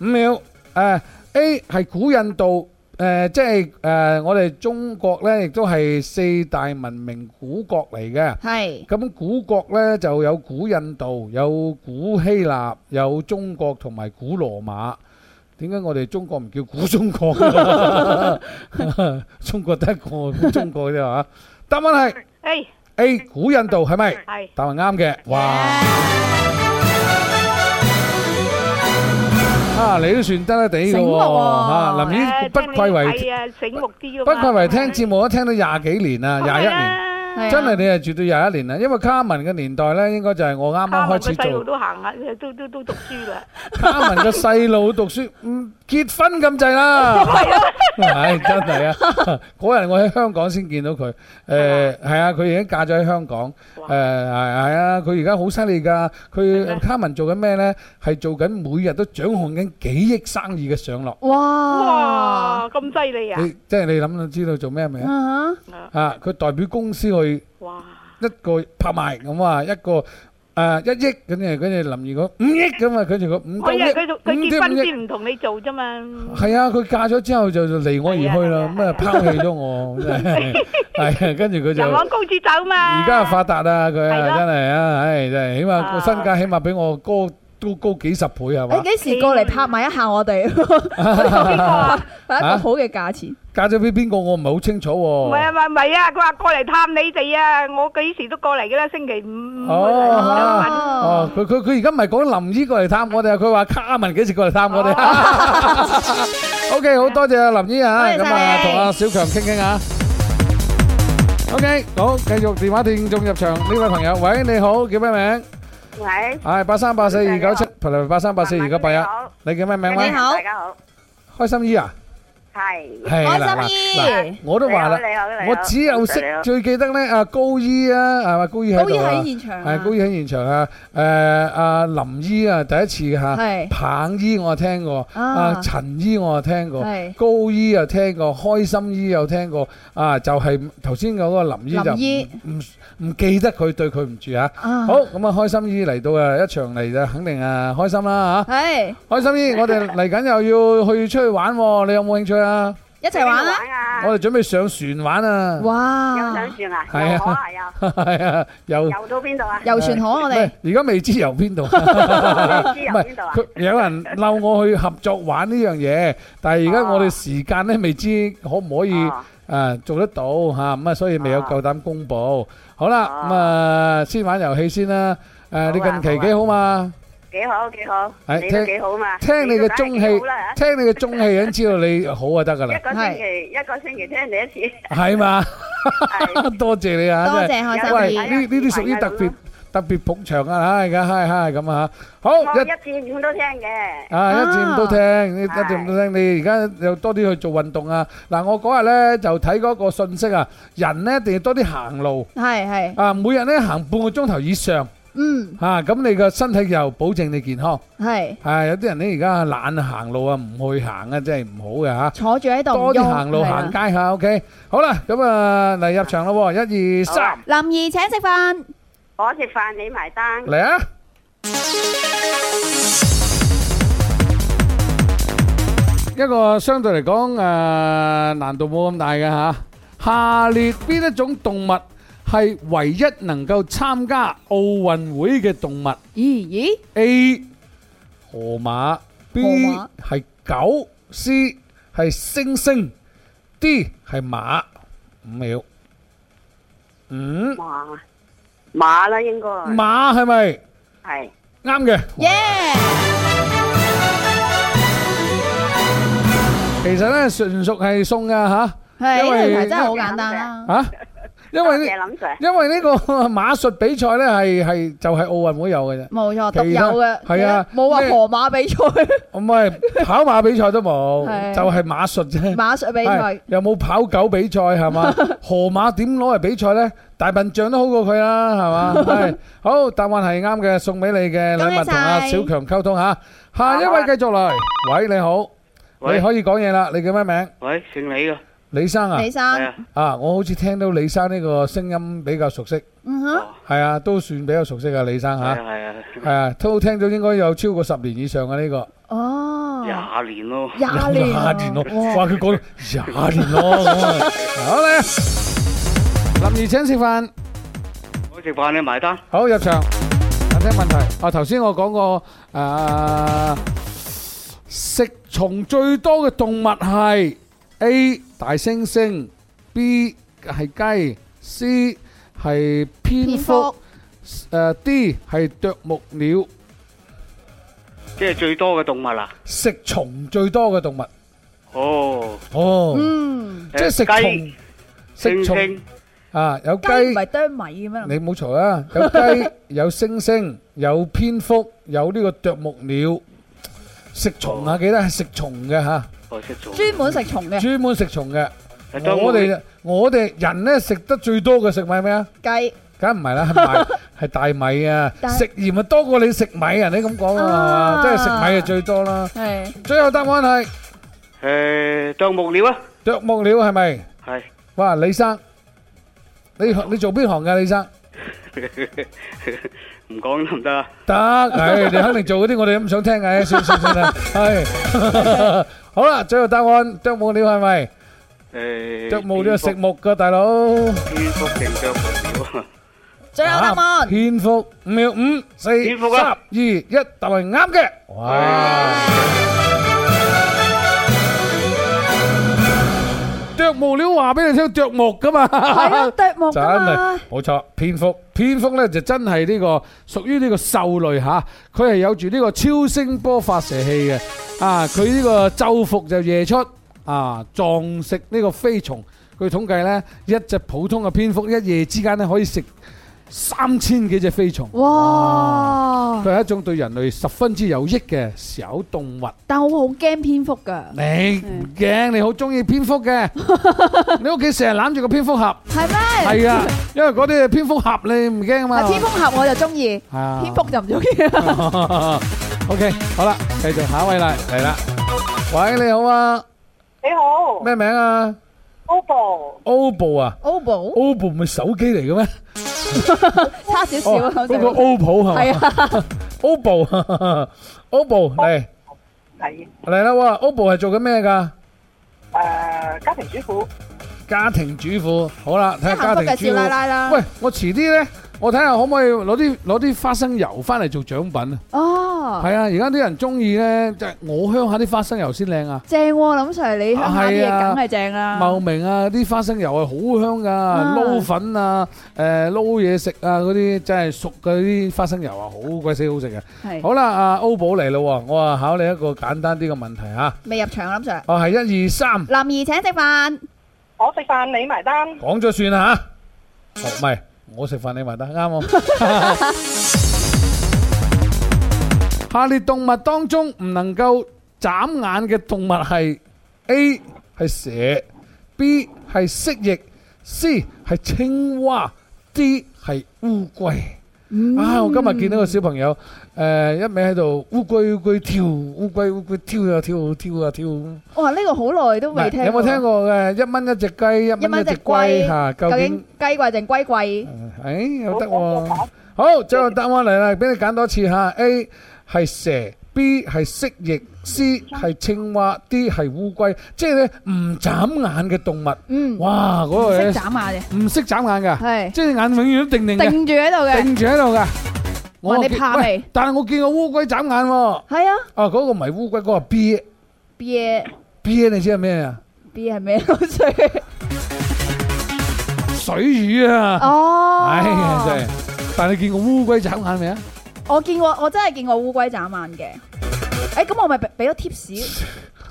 Speaker 3: 五秒，誒 A 係古印度，誒即係誒我哋中國咧，亦都係四大文明古國 嚟嘅。
Speaker 4: 係
Speaker 3: 咁古國咧就有古印度、有古希臘、有中國同埋古羅馬。點解我哋中國唔叫古中國？中國得一個古中國啫嘛。答案係
Speaker 8: 誒
Speaker 3: A 古印度係咪？
Speaker 8: 係
Speaker 3: 答案啱嘅。哇！啊，你都算得得地嘅
Speaker 4: 醒目
Speaker 3: 喎。
Speaker 4: 喎
Speaker 3: 啊林
Speaker 8: 誒
Speaker 3: 姨不
Speaker 8: 聽你
Speaker 3: 愧為
Speaker 8: 係啊醒目啲㗎
Speaker 3: 不
Speaker 8: 嘛
Speaker 3: 愧為聽節目都聽到廿幾年啦，廿一年。
Speaker 8: 年
Speaker 4: 係啊
Speaker 3: 真係你係絕對廿一年啦，因為卡文嘅年代咧，應該就係我啱啱開始
Speaker 8: 細路
Speaker 3: 做。
Speaker 8: 都行啊，都都都讀書啦。
Speaker 3: 卡文嘅細路讀書，嗯，結婚咁滯啦。係真係啊！嗰日我喺香港先見到佢，誒係啊，佢已經嫁咗喺香港，誒係係啊，佢而家好犀利㗎。佢卡文做緊咩咧？係做緊每日都掌控緊幾億生意嘅上落。
Speaker 4: 哇，
Speaker 8: 哇，咁犀利啊！
Speaker 3: 你即係你諗到知道做咩未啊？
Speaker 4: 嗯哼，
Speaker 3: 啊，佢代表公司去。
Speaker 8: 哇，
Speaker 3: 一個拍賣咁啊，一個誒一億，跟住跟住林怡講五億咁啊，跟住佢五
Speaker 8: 我以為佢
Speaker 3: 九
Speaker 8: 做
Speaker 3: 億，
Speaker 8: 佢
Speaker 3: 五
Speaker 8: 結
Speaker 3: 點
Speaker 8: 婚
Speaker 3: 五億。
Speaker 8: 先唔同你做啫嘛。
Speaker 3: 係啊，佢嫁咗之後就就離我而去啦，咁啊拋棄咗我，真係 係啊，跟住佢就
Speaker 8: 人往高處走嘛。
Speaker 3: 而家發達啊，佢
Speaker 8: 係
Speaker 3: 啊
Speaker 8: 咯
Speaker 3: 真係啊，唉真係，起碼個
Speaker 8: 啊哎
Speaker 3: 身價起碼比我高都高幾十倍係嘛
Speaker 4: 你？幾時過嚟拍埋一下我哋？拍一個好嘅價錢，
Speaker 3: 嫁咗俾邊個我唔係好清楚
Speaker 8: 唔係
Speaker 3: 喎。
Speaker 8: 啊，唔係唔係啊，佢話過嚟探你哋啊，我幾時都過嚟噶啦，星期五。
Speaker 3: 哦嚇
Speaker 8: 我
Speaker 3: 哦，佢佢佢而家唔係講林姨過嚟探我哋啊，佢話卡文幾時過嚟探我哋啊 à?"？OK，好多謝啊林姨啊，
Speaker 4: 多謝
Speaker 3: 咁啊
Speaker 4: 晒
Speaker 3: 同阿小強傾傾啊。OK，好，繼續電話聽眾入場，呢位朋友，喂，你好，叫咩名？
Speaker 8: 喂，
Speaker 3: 係八三八四二九七，同埋八三八四二九八一。你叫咩名
Speaker 4: 你
Speaker 3: 咧？
Speaker 4: 好，
Speaker 8: 家好，
Speaker 3: 開心姨啊？
Speaker 8: 係
Speaker 3: 係
Speaker 4: 開
Speaker 3: 啦
Speaker 4: 心
Speaker 3: 嗱
Speaker 4: 姨
Speaker 3: 嗱我都話啦
Speaker 8: 你好你好你，好
Speaker 3: 我只有識
Speaker 8: 你好
Speaker 3: 最記得咧，阿高姨啊，係咪高姨喺
Speaker 4: 高姨
Speaker 3: 度啊？
Speaker 4: 喺現場啊
Speaker 3: 係高姨喺現場啊！誒阿林姨啊，第一次嚇
Speaker 4: 係，
Speaker 3: 彭姨我聽過，
Speaker 4: 啊
Speaker 3: 阿陳姨我聽過
Speaker 4: 係，
Speaker 3: 高姨又聽過，開心姨又聽過，啊就係頭先嗰個林姨就
Speaker 4: 林姨
Speaker 3: 唔唔唔記得佢對佢唔住嚇。
Speaker 4: 啊
Speaker 3: 好咁啊，開心姨嚟到啊一場嚟就肯定啊開心啦
Speaker 4: 係
Speaker 3: 嚇！開心姨，我哋嚟緊又要去出去玩喎，你有冇興趣啊？
Speaker 4: 一齊玩啦，
Speaker 8: 啊！啊？
Speaker 3: 我哋準備上船玩啊！
Speaker 8: 有
Speaker 4: 哇！
Speaker 8: 上船啊？
Speaker 3: 係
Speaker 8: 游河啊？
Speaker 3: 啊
Speaker 8: 又，
Speaker 3: 係啊，有
Speaker 8: 游到邊度啊？
Speaker 4: 遊船河我哋
Speaker 3: 唔係而家未知由邊度，唔
Speaker 8: 知由邊度啊
Speaker 3: 佢有人嬲我去合作玩呢樣嘢，但係而家
Speaker 8: 哦
Speaker 3: 我哋時間咧未知可唔可以
Speaker 8: 哦
Speaker 3: 誒做得到嚇，咁啊所以未有
Speaker 8: 哦
Speaker 3: 夠膽公佈。好啦，
Speaker 8: 哦
Speaker 3: 咁啊先玩遊戲先啦。誒，你
Speaker 8: 好啊
Speaker 3: 近期
Speaker 8: 好啊
Speaker 3: 幾好嘛？
Speaker 8: 幾好幾好，
Speaker 3: 係
Speaker 8: 你都
Speaker 3: 聽
Speaker 8: 幾好嘛？
Speaker 3: 聽你
Speaker 8: 都
Speaker 3: 嘅
Speaker 8: 梗係
Speaker 3: 中
Speaker 8: 幾
Speaker 3: 氣
Speaker 8: 好啦，
Speaker 3: 聽你嘅中氣已經知道你好就得㗎
Speaker 8: 一
Speaker 3: 啦，
Speaker 8: 個星期一個星期聽你一次，
Speaker 3: 係嘛？ 多謝你啊！
Speaker 4: 多
Speaker 3: 真係
Speaker 4: 謝開
Speaker 8: 有
Speaker 4: 心
Speaker 3: 喂，
Speaker 8: 時
Speaker 3: 呢
Speaker 8: 間
Speaker 4: 啲，
Speaker 3: 呢啲屬於特別特別捧場啊！唉，而家嗨嗨咁啊好
Speaker 8: 我
Speaker 3: 一
Speaker 8: 一至五都聽嘅。
Speaker 3: 啊，一至五都聽，一
Speaker 8: 係
Speaker 3: 至五都聽。你而家又多啲去做運動啊！嗱，我嗰日咧就睇嗰個信息啊，人咧一定要多啲行路
Speaker 4: 係係，
Speaker 3: 啊，每日咧行半個鐘頭以上
Speaker 4: 嗯
Speaker 3: 啊，咁你個身體又保證你健康。
Speaker 4: 係，
Speaker 3: 啊，有啲人咧而家懶行路啊，唔去行啊，真係唔好嘅嚇。
Speaker 4: 坐住喺度唔
Speaker 3: 多啲
Speaker 4: 喐
Speaker 3: 行路
Speaker 4: 係啦
Speaker 3: 行街下，OK。好啦，咁啊嚟入場啦喎，一二三，
Speaker 4: 林怡請食飯，
Speaker 8: 我食飯你埋單，
Speaker 3: 嚟啊！一個相對嚟講誒呃難度冇咁大嘅嚇。下列邊一種動物係唯一能夠參加奧運會嘅動物
Speaker 4: 咦咦，
Speaker 3: ？A. 河馬，B
Speaker 4: 馬
Speaker 3: 係狗，C 係猩猩，D 係馬。五秒，五
Speaker 8: 哇，馬啦應該
Speaker 3: 馬係咪
Speaker 8: 係
Speaker 3: 啱嘅？
Speaker 4: 耶！
Speaker 3: 其實咧純屬係送噶嚇
Speaker 4: 係
Speaker 3: 因
Speaker 4: 呢
Speaker 3: 為
Speaker 4: 條題真係好簡單啦，
Speaker 3: 嚇，因為呢
Speaker 8: 謝林 Sir，
Speaker 3: 因為呢個馬術比賽咧係係就係奧運會有嘅 啫，
Speaker 4: 冇錯，
Speaker 3: 其他
Speaker 4: 獨有嘅，
Speaker 3: 係啊
Speaker 4: 冇話
Speaker 3: 咩
Speaker 4: 河馬比
Speaker 3: 唔
Speaker 4: 賽、
Speaker 3: 係跑馬比賽都冇，
Speaker 4: 係
Speaker 3: 就係馬術啫。
Speaker 4: 馬術比
Speaker 3: 係
Speaker 4: 賽，
Speaker 3: 又冇跑狗比賽係 嘛？河馬點攞嚟比賽咧？大笨象都好過佢 啦，係嘛？係好，答案係啱嘅，送俾你嘅
Speaker 4: 恭喜
Speaker 3: 禮物同阿
Speaker 4: 晒
Speaker 3: 小強溝通嚇。下一位繼續嚟，喂你好，
Speaker 9: 喂
Speaker 3: 你可以講嘢啦，你叫咩名？
Speaker 9: 喂，姓李噶，
Speaker 3: 李生啊
Speaker 4: 李。
Speaker 9: 系
Speaker 4: 生，
Speaker 9: 啊，
Speaker 3: 啊，我好似聽到李生呢個聲音比較熟悉，
Speaker 4: 嗯哼，
Speaker 3: 係啊，都算比較熟悉啊，李生
Speaker 9: 系
Speaker 3: 嚇，
Speaker 9: 啊，
Speaker 3: 係啊，都聽到應該有超過十年以上嘅呢個，
Speaker 9: 系
Speaker 1: Dạ.
Speaker 9: 啊，
Speaker 4: 哦，
Speaker 9: 廿年咯，
Speaker 3: Dạ,
Speaker 4: 廿年啊，
Speaker 3: 廿年咯，
Speaker 4: 哇
Speaker 3: 哇，佢講到廿年咯，咁啊好咧，林怡請食飯，
Speaker 9: 我食飯你埋單，
Speaker 3: 好入場，等聽問題。啊，頭先我講過誒食蟲最多嘅動物係 A 大猩猩，B 係雞，C 係蝙
Speaker 4: 蝙
Speaker 3: 蝠
Speaker 4: 蝠。
Speaker 3: 誒 D 係啄木鳥，
Speaker 9: 即係最多嘅動物啦。
Speaker 3: 食蟲最多嘅動物。
Speaker 9: 哦，
Speaker 3: 哦，
Speaker 4: 嗯，
Speaker 3: 即係食蟲
Speaker 9: 雞、
Speaker 3: 食蟲
Speaker 9: 猩
Speaker 3: 啊，有雞
Speaker 4: 雞，唔係啄米嘅咩？
Speaker 3: 你唔好嘈啊！有 雞，有猩猩，有蝙蝠，有呢個啄木鳥。食蟲啊，記得係食蟲嘅嚇，
Speaker 9: 我識做。
Speaker 4: 專門食蟲嘅
Speaker 3: 專門食蟲嘅。
Speaker 9: 啄木
Speaker 3: 我哋我哋人咧食得最多嘅食物係咩啊？
Speaker 4: 雞，
Speaker 3: 梗唔係啦，係 米係大米啊！
Speaker 4: 但
Speaker 3: 食鹽啊多過你食米啊！你咁講啊，係嘛
Speaker 4: 啊
Speaker 3: 即係食米係最多啦。
Speaker 4: 係
Speaker 3: 最後答案係
Speaker 9: 誒，啄木鳥啊，
Speaker 3: 啄木鳥係咪？
Speaker 9: 係
Speaker 3: 哇，李生，你你做邊行噶？李生
Speaker 9: 唔講得唔得啊？
Speaker 3: 得，唉，你肯定做嗰啲我哋都唔想聽嘅，算算算啦，係。 好啦，最後答案啄木鳥係咪？
Speaker 9: 誒，
Speaker 3: 啄木鳥係食
Speaker 9: 蝙
Speaker 3: 木噶，大佬。
Speaker 9: 蝠蝙蝠定啄木鳥啊？
Speaker 4: 最後答案。
Speaker 3: 蝙蝠五秒五四
Speaker 9: 蝙蝠啊
Speaker 3: 三二一，答案啱嘅。哇！啄木鳥話俾你聽，啄木噶嘛。
Speaker 4: 係啊，啄木
Speaker 3: 真
Speaker 4: 㗎
Speaker 3: 係
Speaker 4: 嘛，
Speaker 3: 冇錯，蝙蝠蝙蝠咧就真係呢個屬於呢個獸類嚇，佢係有住呢個超聲波發射器嘅啊！佢呢個晝伏就夜出啊，撞食呢個飛蟲。據統計呢，一隻普通嘅蝙蝠一夜之間咧可以食三千幾隻飛蟲。
Speaker 4: 哇！
Speaker 3: 佢係一種對人類十分之有益嘅小動物。
Speaker 4: 但我好驚蝙蝠㗎，
Speaker 3: 你唔驚？你好中意蝙蝠 嘅，你屋企成日攬住個蝙蝠俠。
Speaker 4: 係咩？
Speaker 3: 係啊，因為嗰啲係蝙蝠俠你唔驚啊嘛。
Speaker 4: 啊蝙蝠俠我就中意，
Speaker 3: 啊
Speaker 4: 蝙蝠就唔中意。
Speaker 3: À. Ờ. OK，好啦，繼續下一位啦，嚟啦。喂，你好啊，
Speaker 8: 你好
Speaker 3: 咩名啊
Speaker 8: o b o
Speaker 3: à, ？OPPO 啊
Speaker 4: OBO
Speaker 3: ，OPPO 唔係手機嚟嘅咩？
Speaker 4: 差少少
Speaker 3: 哦
Speaker 4: 啊，
Speaker 3: 嗰
Speaker 4: 好
Speaker 3: 個
Speaker 4: 似
Speaker 3: OPPO
Speaker 4: 係
Speaker 3: 係 嘛
Speaker 4: 啊，
Speaker 3: ？OPPO，OPPO 嚟
Speaker 8: 係
Speaker 3: à, 嚟啦喎，OPPO 係做緊咩㗎？
Speaker 8: 誒
Speaker 10: 呃家庭主婦，
Speaker 3: 家庭主婦，好啦，睇下家庭
Speaker 10: 即係
Speaker 3: 主
Speaker 10: 幸福嘅
Speaker 3: 婦。
Speaker 10: 少奶奶啦
Speaker 3: 喂，我遲啲咧，我睇下可唔可以攞啲攞啲花生油翻嚟做獎品啊？
Speaker 4: 哦，
Speaker 3: 係啊，而家啲人中意咧，就係我鄉下啲花生油先靚啊！
Speaker 4: 正喎，林 Sir 你鄉下啲
Speaker 3: 係啊
Speaker 4: 嘢梗係正啦。
Speaker 3: 茂名啊，啲花生油係好香噶，撈粉啊，誒撈嘢食啊，嗰啲真係熟嘅啲花生油啊，好鬼死好食嘅。
Speaker 4: 係
Speaker 3: 好啦，阿歐寶嚟啦喎，我啊考你一個簡單啲嘅問題嚇，
Speaker 4: 未入場啊，林 Sir。
Speaker 3: 哦係一二三，
Speaker 4: 林兒請食飯，
Speaker 10: 我食飯你埋單。
Speaker 3: 講咗算啦嚇，哦唔係我食飯你埋單，啱我。 下列動物當中唔能夠眨眼嘅動物係 A 係蛇，B 係蜥蜴，C 係青蛙，D 係烏龜。啊！我今日見到個小朋友，誒、一味喺度烏龜烏龜跳，烏龜烏龜跳啊跳跳啊跳。
Speaker 4: 我話呢個好耐都未聽。
Speaker 3: 有冇聽？過誒？一蚊一隻雞，一
Speaker 4: 一
Speaker 3: 蚊
Speaker 4: 蚊
Speaker 3: 一
Speaker 4: 一隻
Speaker 3: 隻龜
Speaker 4: 龜
Speaker 3: 嚇，究
Speaker 4: 究
Speaker 3: 竟
Speaker 4: 竟？雞貴定龜貴？
Speaker 3: 诶，有得喎。好，最後答案嚟啦，俾你揀多次吓。A 係蛇，B 係蜥蜴，C 係青蛙，D 係烏龜。即係咧唔眨眼嘅動物。
Speaker 4: 嗯。
Speaker 3: 哇，嗰個
Speaker 4: 唔
Speaker 3: 咧
Speaker 4: 識眨眼嘅，
Speaker 3: 唔識眨眼㗎。
Speaker 4: 係
Speaker 3: 即係眼永遠都定定嘅。
Speaker 4: 定住喺度嘅。
Speaker 3: 定住喺度㗎。
Speaker 4: 話你
Speaker 3: 見
Speaker 4: 怕未
Speaker 3: 喂但係我見過烏龜眨眼喎。
Speaker 4: 係啊。
Speaker 3: 啊，嗰個唔係烏龜，嗰個係 B
Speaker 4: B
Speaker 3: B，你知係咩啊？
Speaker 4: B 係咩老 Sir？
Speaker 3: 水魚啊。
Speaker 4: Ờ. 哦
Speaker 3: 哎呀，真係。但係你見過烏龜眨眼未啊？
Speaker 4: 我見過，我真係見過烏龜眨眼嘅。誒，咁我咪俾俾咗 tips。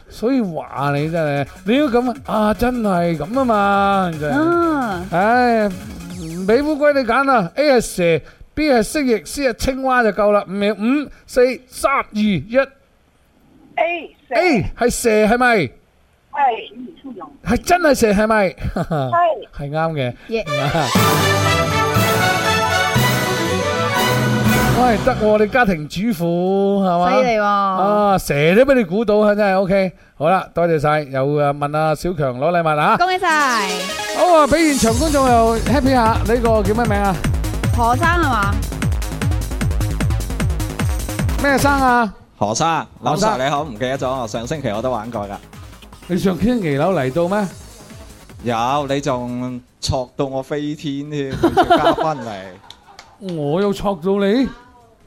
Speaker 3: 所以話你真係，你要咁啊，真係咁啊嘛，真係
Speaker 4: 啊。
Speaker 3: 唉，唔俾烏龜你揀啦，A 係蛇，B 係蜥蜴，C 係青蛙就夠啦。五秒，五、四、三、二、一。
Speaker 10: A
Speaker 3: A 係蛇係咪？
Speaker 10: 係
Speaker 3: 係真係蛇係咪？
Speaker 10: 係
Speaker 3: 係啱嘅。 喂，得喎，你家庭主婦係嘛？
Speaker 4: 犀利喎
Speaker 3: 啊，蛇都俾你估到啊，真係 OK。好啦，多謝晒，又誒問阿小強攞禮物啊。
Speaker 4: 恭喜晒
Speaker 3: 好啊，俾現場觀眾又 happy 下，呢個叫咩名啊？
Speaker 4: 何生係嘛？
Speaker 3: 咩生啊？
Speaker 11: 何生，林
Speaker 3: 生
Speaker 11: Sir 你好，唔記得咗我上星期我都玩過㗎。
Speaker 3: 你上天騎樓嚟到咩？
Speaker 11: 有你仲錯到我飛天添，仲要嘉賓 嚟。
Speaker 3: 我又戳到你，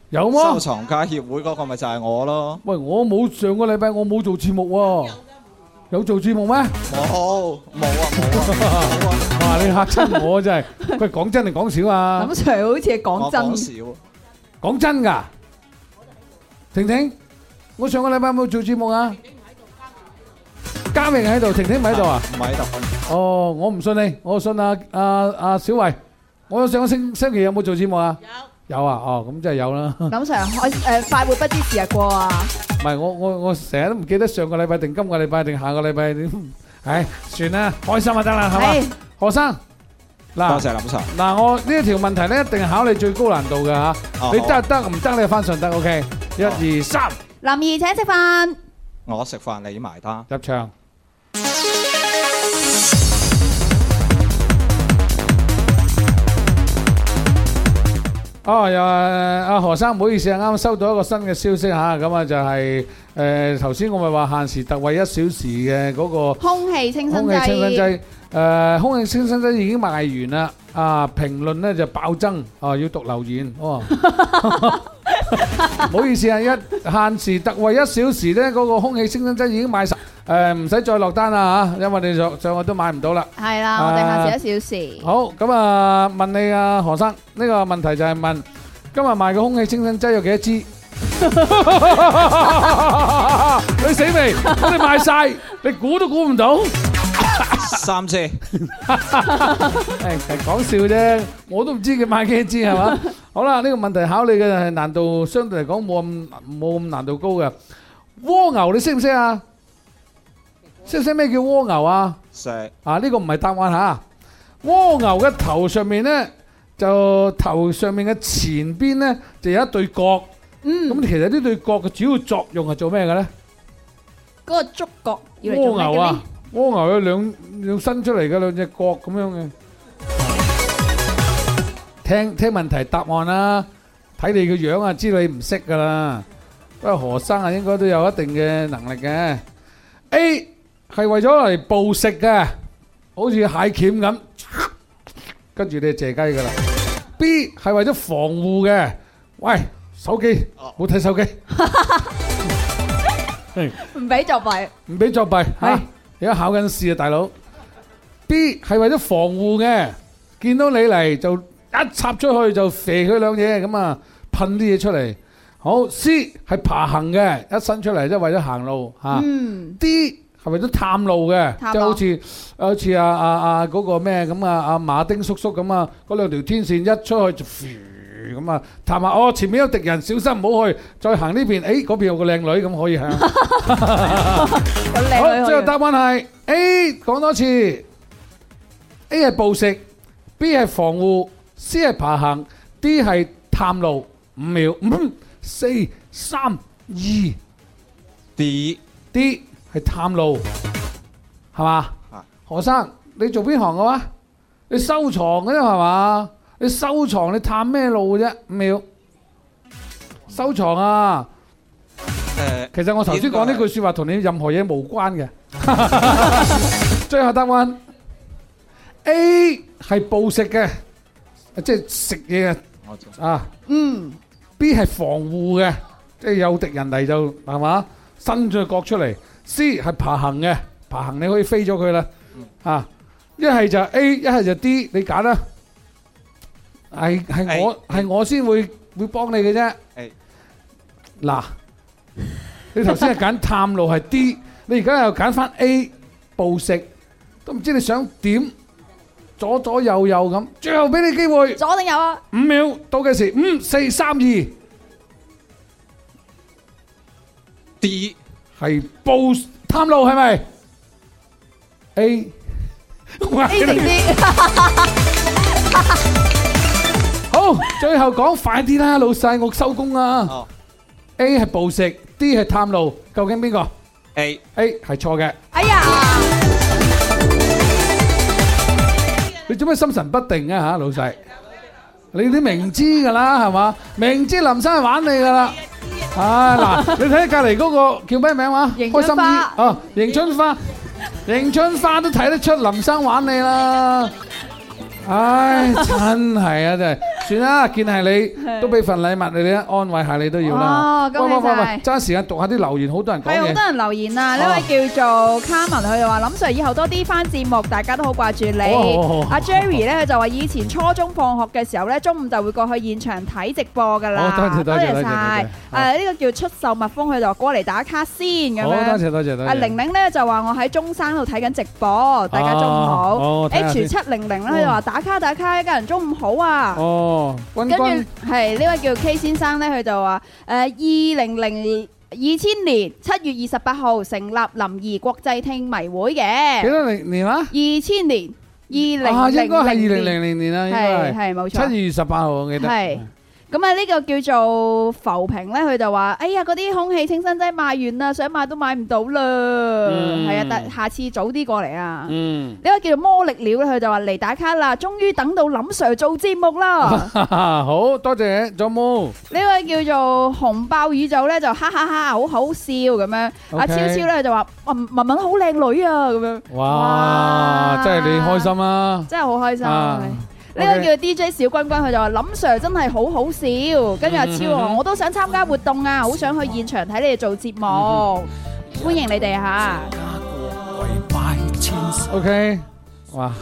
Speaker 3: 有麼？
Speaker 11: 收藏家協會嗰個咪就係我咯。
Speaker 3: 喂，我冇上個禮拜我冇做節目喎、有做節目咩？
Speaker 11: 冇冇啊冇啊！
Speaker 3: 哇！你嚇親我真係，喂，講真定講少啊
Speaker 4: 林？Sir 好似係講
Speaker 3: 我
Speaker 4: 真。
Speaker 3: 講講真㗎，婷婷，我上個禮拜有冇做節目啊？嘉明喺度，婷婷唔喺度啊？
Speaker 11: 唔喺度。
Speaker 3: 哦，我唔信你，我信阿阿阿小慧。我上個星星期有冇做節目啊？有。有啊，哦，咁真係有啦。
Speaker 4: 林 Sir 開誒快活不知時日過啊！
Speaker 3: 唔係我我我成日都唔記得上個禮拜定今個禮拜定下個禮拜點，唉，算啦，開心就得啦，係嘛？何生，嗱，
Speaker 11: 多謝林 Sir。
Speaker 3: 嗱，我呢一條問題咧一定係考你最高難度嘅嚇，
Speaker 11: 好啊
Speaker 3: 你得就得，唔得你就翻順德，OK？一二三，
Speaker 4: 林怡請食飯，
Speaker 11: 我食飯你 埋單。
Speaker 3: 入場。哦，又係阿何生，唔好意思啊，啱啱收到一個新嘅消息嚇，咁啊就係誒頭先我咪話限時特惠一小時嘅嗰個。
Speaker 4: 空氣清新
Speaker 3: 空
Speaker 4: 劑。
Speaker 3: 氣清新劑，誒、空氣清新劑已經賣完啦，啊評論咧就爆增，啊要讀留言，哦， 唔好意思啊，一限時特惠一小時咧，嗰、個空氣清新劑已經賣晒，誒唔使再落單啦嚇，因為你上上個都買唔到啦。
Speaker 4: 係啦，我哋限時一小時。
Speaker 3: 啊好，咁啊問你啊何生，呢、個問題就係問今日賣嘅空氣清新劑有幾多 支？你死未？我哋賣晒，你估都估唔到。
Speaker 11: 三支，
Speaker 3: 係係講笑啫，我都唔知佢買幾支係嘛？好啦，呢、個問題考你嘅係難度相對嚟講冇咁冇咁難度高嘅。蝸牛你識唔識啊？識唔識咩叫蝸牛啊？
Speaker 11: 食
Speaker 3: 啊，呢、個唔係答案嚇。蝸牛嘅頭上面呢，就頭上面嘅前邊呢，就有一對角。
Speaker 4: 嗯，
Speaker 3: 咁其實呢對角嘅主要作用係做咩嘅呢？
Speaker 4: 嗰個觸角要嚟做
Speaker 3: 蝸
Speaker 4: 咩
Speaker 3: 牛
Speaker 4: 嘅
Speaker 3: 啊
Speaker 4: 呢？，
Speaker 3: 蝸牛有兩兩伸出嚟嘅兩隻角咁樣嘅。聽聽問題答案啦，睇你個樣啊，知道你唔識噶啦。不過何生啊，應該都有一定嘅能力嘅。A 係為咗嚟捕食嘅，好似蟹鉗咁，跟住你就借雞噶啦。B 係為咗防護嘅，喂，手機冇睇手機，嗯
Speaker 4: 唔俾作弊，
Speaker 3: 唔俾作弊嚇。而家考緊試啊，大佬。B 係為咗防護嘅，見到你嚟就一插出去就射佢兩嘢咁啊，噴啲嘢出嚟。好，C 係爬行嘅，一伸出嚟即係為咗行路嚇。
Speaker 4: 嗯
Speaker 3: D 係為咗探路嘅，
Speaker 4: 探
Speaker 3: 即係
Speaker 4: 路
Speaker 3: 好似好似啊啊啊嗰個咩咁啊啊馬丁叔叔咁啊，嗰兩條天線一出去就噗咁啊，探下哦前面有敵人，小心唔好去，再行呢邊，誒嗰邊有個靚女咁可以嚇。
Speaker 4: 有靚女可以
Speaker 3: 好，最後答案係 A，講多次，A 係捕食，B 係防護，C 係爬行，D 係探路。五秒，五、四、三、二。
Speaker 11: D
Speaker 3: D 係探路，係嘛？何生，你做邊行嘅話？你收藏嘅啫係嘛？你收藏你探咩路啫？五秒，收藏啊！
Speaker 11: 誒，
Speaker 3: 其實我頭先講呢句説話同你任何嘢無關嘅。 最後答案 A 係暴食嘅，即係食嘢嘅啊。嗯。B 係防護嘅，即係有敵人嚟就係嘛，伸咗個角出嚟。C 係爬行嘅，爬行你可以飛咗佢啦。啊，一係就 A，一係就 D，你揀啦。係係我係我先會會幫你嘅啫。
Speaker 11: 係
Speaker 3: 嗱，你頭先係揀探路係 D，你而家又揀翻 A 暴食，都唔知你想點，左左右右咁，最後俾你機會。
Speaker 4: 左定右啊？
Speaker 3: 五秒到嘅時，五四三二
Speaker 11: D
Speaker 3: 係暴探路係咪？A
Speaker 4: A 定 D？
Speaker 3: 好，最後講快啲啦，老細，我收工
Speaker 11: 哦
Speaker 3: 啦。A 係暴食，D 係探路，究竟邊個
Speaker 11: A
Speaker 3: A 係錯嘅。
Speaker 4: 哎呀，
Speaker 3: 你做咩心神不定啊嚇，老細？你都明知噶啦，係嘛？明知林生係玩你噶啦。 啊嗱，你睇隔離嗰個叫咩名話？
Speaker 4: 迎春花
Speaker 3: 開心啲啊！迎春花，迎春花都睇得出林生玩你啦。 唉，真係啊，真係，算啦，見係你
Speaker 4: 係
Speaker 3: 都俾份禮物你啦，安慰下你都要啦。
Speaker 4: 哦恭喜
Speaker 3: 喂喂喂
Speaker 4: 晒
Speaker 3: 喂，爭時間讀下啲留言，好多人講
Speaker 4: 係好
Speaker 3: 嘢
Speaker 4: 多。人留言啊！呢位叫做 Carmen，佢就話林 Sir 以後多啲翻節目，大家都好掛住
Speaker 3: 哦好好
Speaker 4: 你
Speaker 3: 好。
Speaker 4: 阿 Jerry 咧，佢就話以前初中放學嘅時候咧，中午就會過去現場睇直播㗎啦。
Speaker 3: 好多謝多謝多謝
Speaker 4: 晒。
Speaker 3: 多謝
Speaker 4: 誒呢個叫出售蜜蜂，佢就話過嚟打卡先咁樣。
Speaker 3: 好多謝多謝多謝
Speaker 4: 阿啊玲玲咧就話我喺中山度睇緊直播，大家中午
Speaker 3: 哦
Speaker 4: 好
Speaker 3: 哦。睇下
Speaker 4: H
Speaker 3: 先
Speaker 4: 七零零咧就話打卡打卡，一家人中午好啊。
Speaker 3: 哦，君
Speaker 4: 跟住
Speaker 3: 君。
Speaker 4: 係呢位叫 K 先生咧，佢就話誒二零零二千年七月二十八號成立林怡國際聽迷會嘅。
Speaker 3: 幾多年年啊？
Speaker 4: 二千年，
Speaker 3: 啊，
Speaker 4: 二
Speaker 3: 應
Speaker 4: 零
Speaker 3: 該係二
Speaker 4: 零
Speaker 3: 零
Speaker 4: 年。
Speaker 3: 零零年啦，應該
Speaker 4: 係係冇錯
Speaker 3: 七月二十八號我記得。
Speaker 4: 係。咁啊，呢個叫做浮萍咧，佢就話：哎呀，嗰啲空氣清新劑賣完啦，想買都買唔到啦。
Speaker 3: 嗯
Speaker 4: 係啊，但下次早啲過嚟啊。
Speaker 3: 嗯，
Speaker 4: 呢位叫做魔力鳥咧，佢就話嚟打卡啦，終於等到林 Sir 做節 目啦。
Speaker 3: 好多謝仲有冇？
Speaker 4: 呢位叫做紅爆宇宙咧，就哈哈哈，好好笑咁樣。阿
Speaker 3: OK
Speaker 4: 超超咧就話：文文文好靚女啊，咁樣
Speaker 3: 哇，真係你開心啦！
Speaker 4: 真係好開心。
Speaker 3: 啊
Speaker 4: 呢位叫 DJ 小君君，佢就話林 Sir 真係好好笑。跟住阿超話：我都想參加活動啊，好想去現場睇你哋做節目，歡迎你哋嚇。
Speaker 3: OK，哇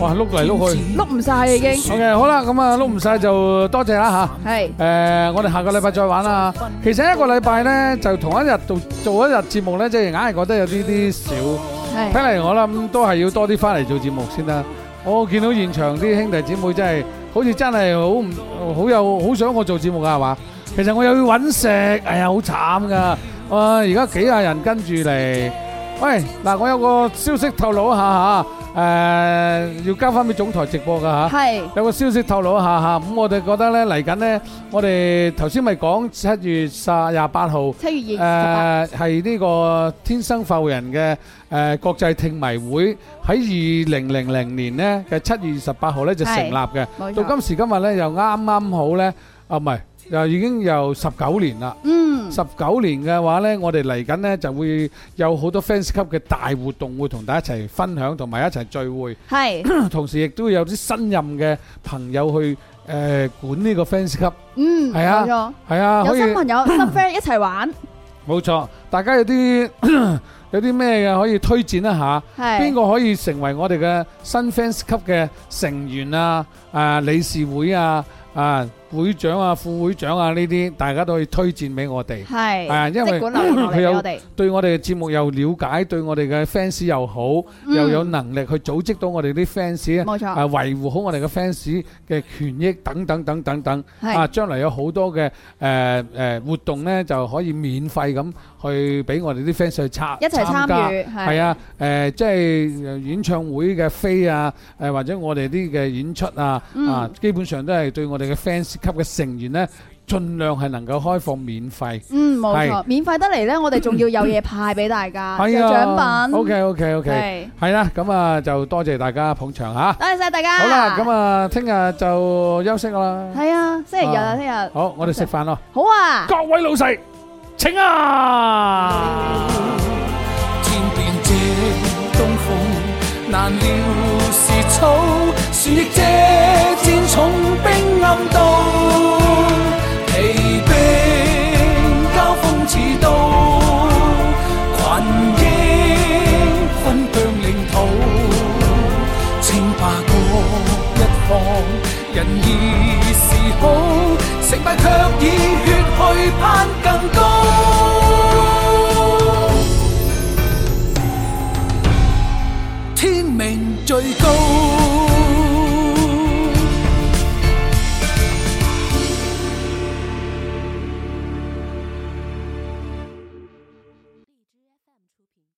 Speaker 3: 哇碌嚟碌去。
Speaker 4: 碌唔晒已經
Speaker 3: OK，好啦，咁啊碌唔晒就多謝啦吓。
Speaker 4: 係
Speaker 3: 誒、我哋下個禮拜再玩啦。其實一個禮拜呢，就同一日做做一日節目呢，即係硬係覺得有啲啲少。
Speaker 4: 係
Speaker 3: 睇嚟我諗都係要多啲翻嚟做節目先啦。我見到現場啲兄弟姊妹真係好似真係好唔好有好想我做節目㗎係嘛？其實我又要揾食，哎呀好慘㗎。哇！而家幾廿人跟住嚟。喂，嗱，我有個消息透露一下嚇，誒、要交翻俾總台直播㗎嚇。
Speaker 4: 係
Speaker 3: 有個消息透露一下嚇，咁我哋覺得咧嚟緊咧，我哋頭先咪講七月卅廿八號，
Speaker 4: 七月二
Speaker 3: 誒係呢個天生快活人嘅誒國際聽迷會喺二零零零年咧嘅七月二十八號咧就成立嘅
Speaker 4: 係冇，錯
Speaker 3: 到今時今日咧又啱啱好咧，啊唔係又已經有十九年啦。
Speaker 4: 嗯，
Speaker 3: 十九年嘅話呢，我哋嚟緊呢就會有好多 fans 級嘅大活動，會同大家一齊分享，同埋一齊 聚會。
Speaker 4: 係
Speaker 3: 同時亦都會有啲新任嘅朋友去誒、呃管呢個 fans 級。
Speaker 4: 嗯，
Speaker 3: 係啊，係啊，
Speaker 4: 有
Speaker 3: 可以
Speaker 4: 新 朋友、新 friend 一齊玩，
Speaker 3: 冇錯。大家有啲 有啲咩嘅可以推薦一下？
Speaker 4: 係
Speaker 3: 邊個可以成為我哋嘅新 fans 級嘅成員啊？啊，理事會啊，啊，會長啊，副會長啊呢啲，大家都可以推薦俾我哋。
Speaker 4: 係
Speaker 3: 係啊，因為
Speaker 4: 即管留言落嚟
Speaker 3: 佢
Speaker 4: 俾
Speaker 3: 有
Speaker 4: 我哋
Speaker 3: 對我哋嘅節目又了解，對我哋嘅 fans 又好，
Speaker 4: 嗯
Speaker 3: 又有能力去組織到我哋啲 fans，
Speaker 4: 冇錯
Speaker 3: 啊維護好我哋嘅 fans 嘅權益等等等等等，
Speaker 4: 係
Speaker 3: 啊將來有好多嘅誒誒活動咧就可以免費咁去俾我哋啲 fans 去參
Speaker 4: 一齊參與
Speaker 3: 加
Speaker 4: 係
Speaker 3: 係啊誒即係演唱會嘅飛啊誒或者我哋啲嘅演出啊
Speaker 4: 嗯
Speaker 3: 啊基本上都係對我哋嘅 fans 級嘅成員咧。盡量係能夠開放免費，
Speaker 4: 嗯，冇
Speaker 3: 係
Speaker 4: 錯，免費得嚟呢，我哋仲要有嘢派俾大 家，
Speaker 3: 係
Speaker 4: 有
Speaker 3: 啊
Speaker 4: 獎品。
Speaker 3: OK OK OK，
Speaker 4: 係
Speaker 3: 係啦，咁啊就多謝大家捧場嚇。
Speaker 4: 多謝晒大家。
Speaker 3: 好啦，咁啊聽日就休息啦。
Speaker 4: 係啊，星期日啊，聽日。
Speaker 3: 好，我哋食飯咯。
Speaker 4: 好啊。
Speaker 3: 各位老細，請啊！
Speaker 2: 天邊這東風，難料是草，旋翼這箭重兵暗渡，奇兵交鋒似刀，群英分疆領土，稱霸各一方，仁義是好，成敗卻以血去攀更高。天命最高。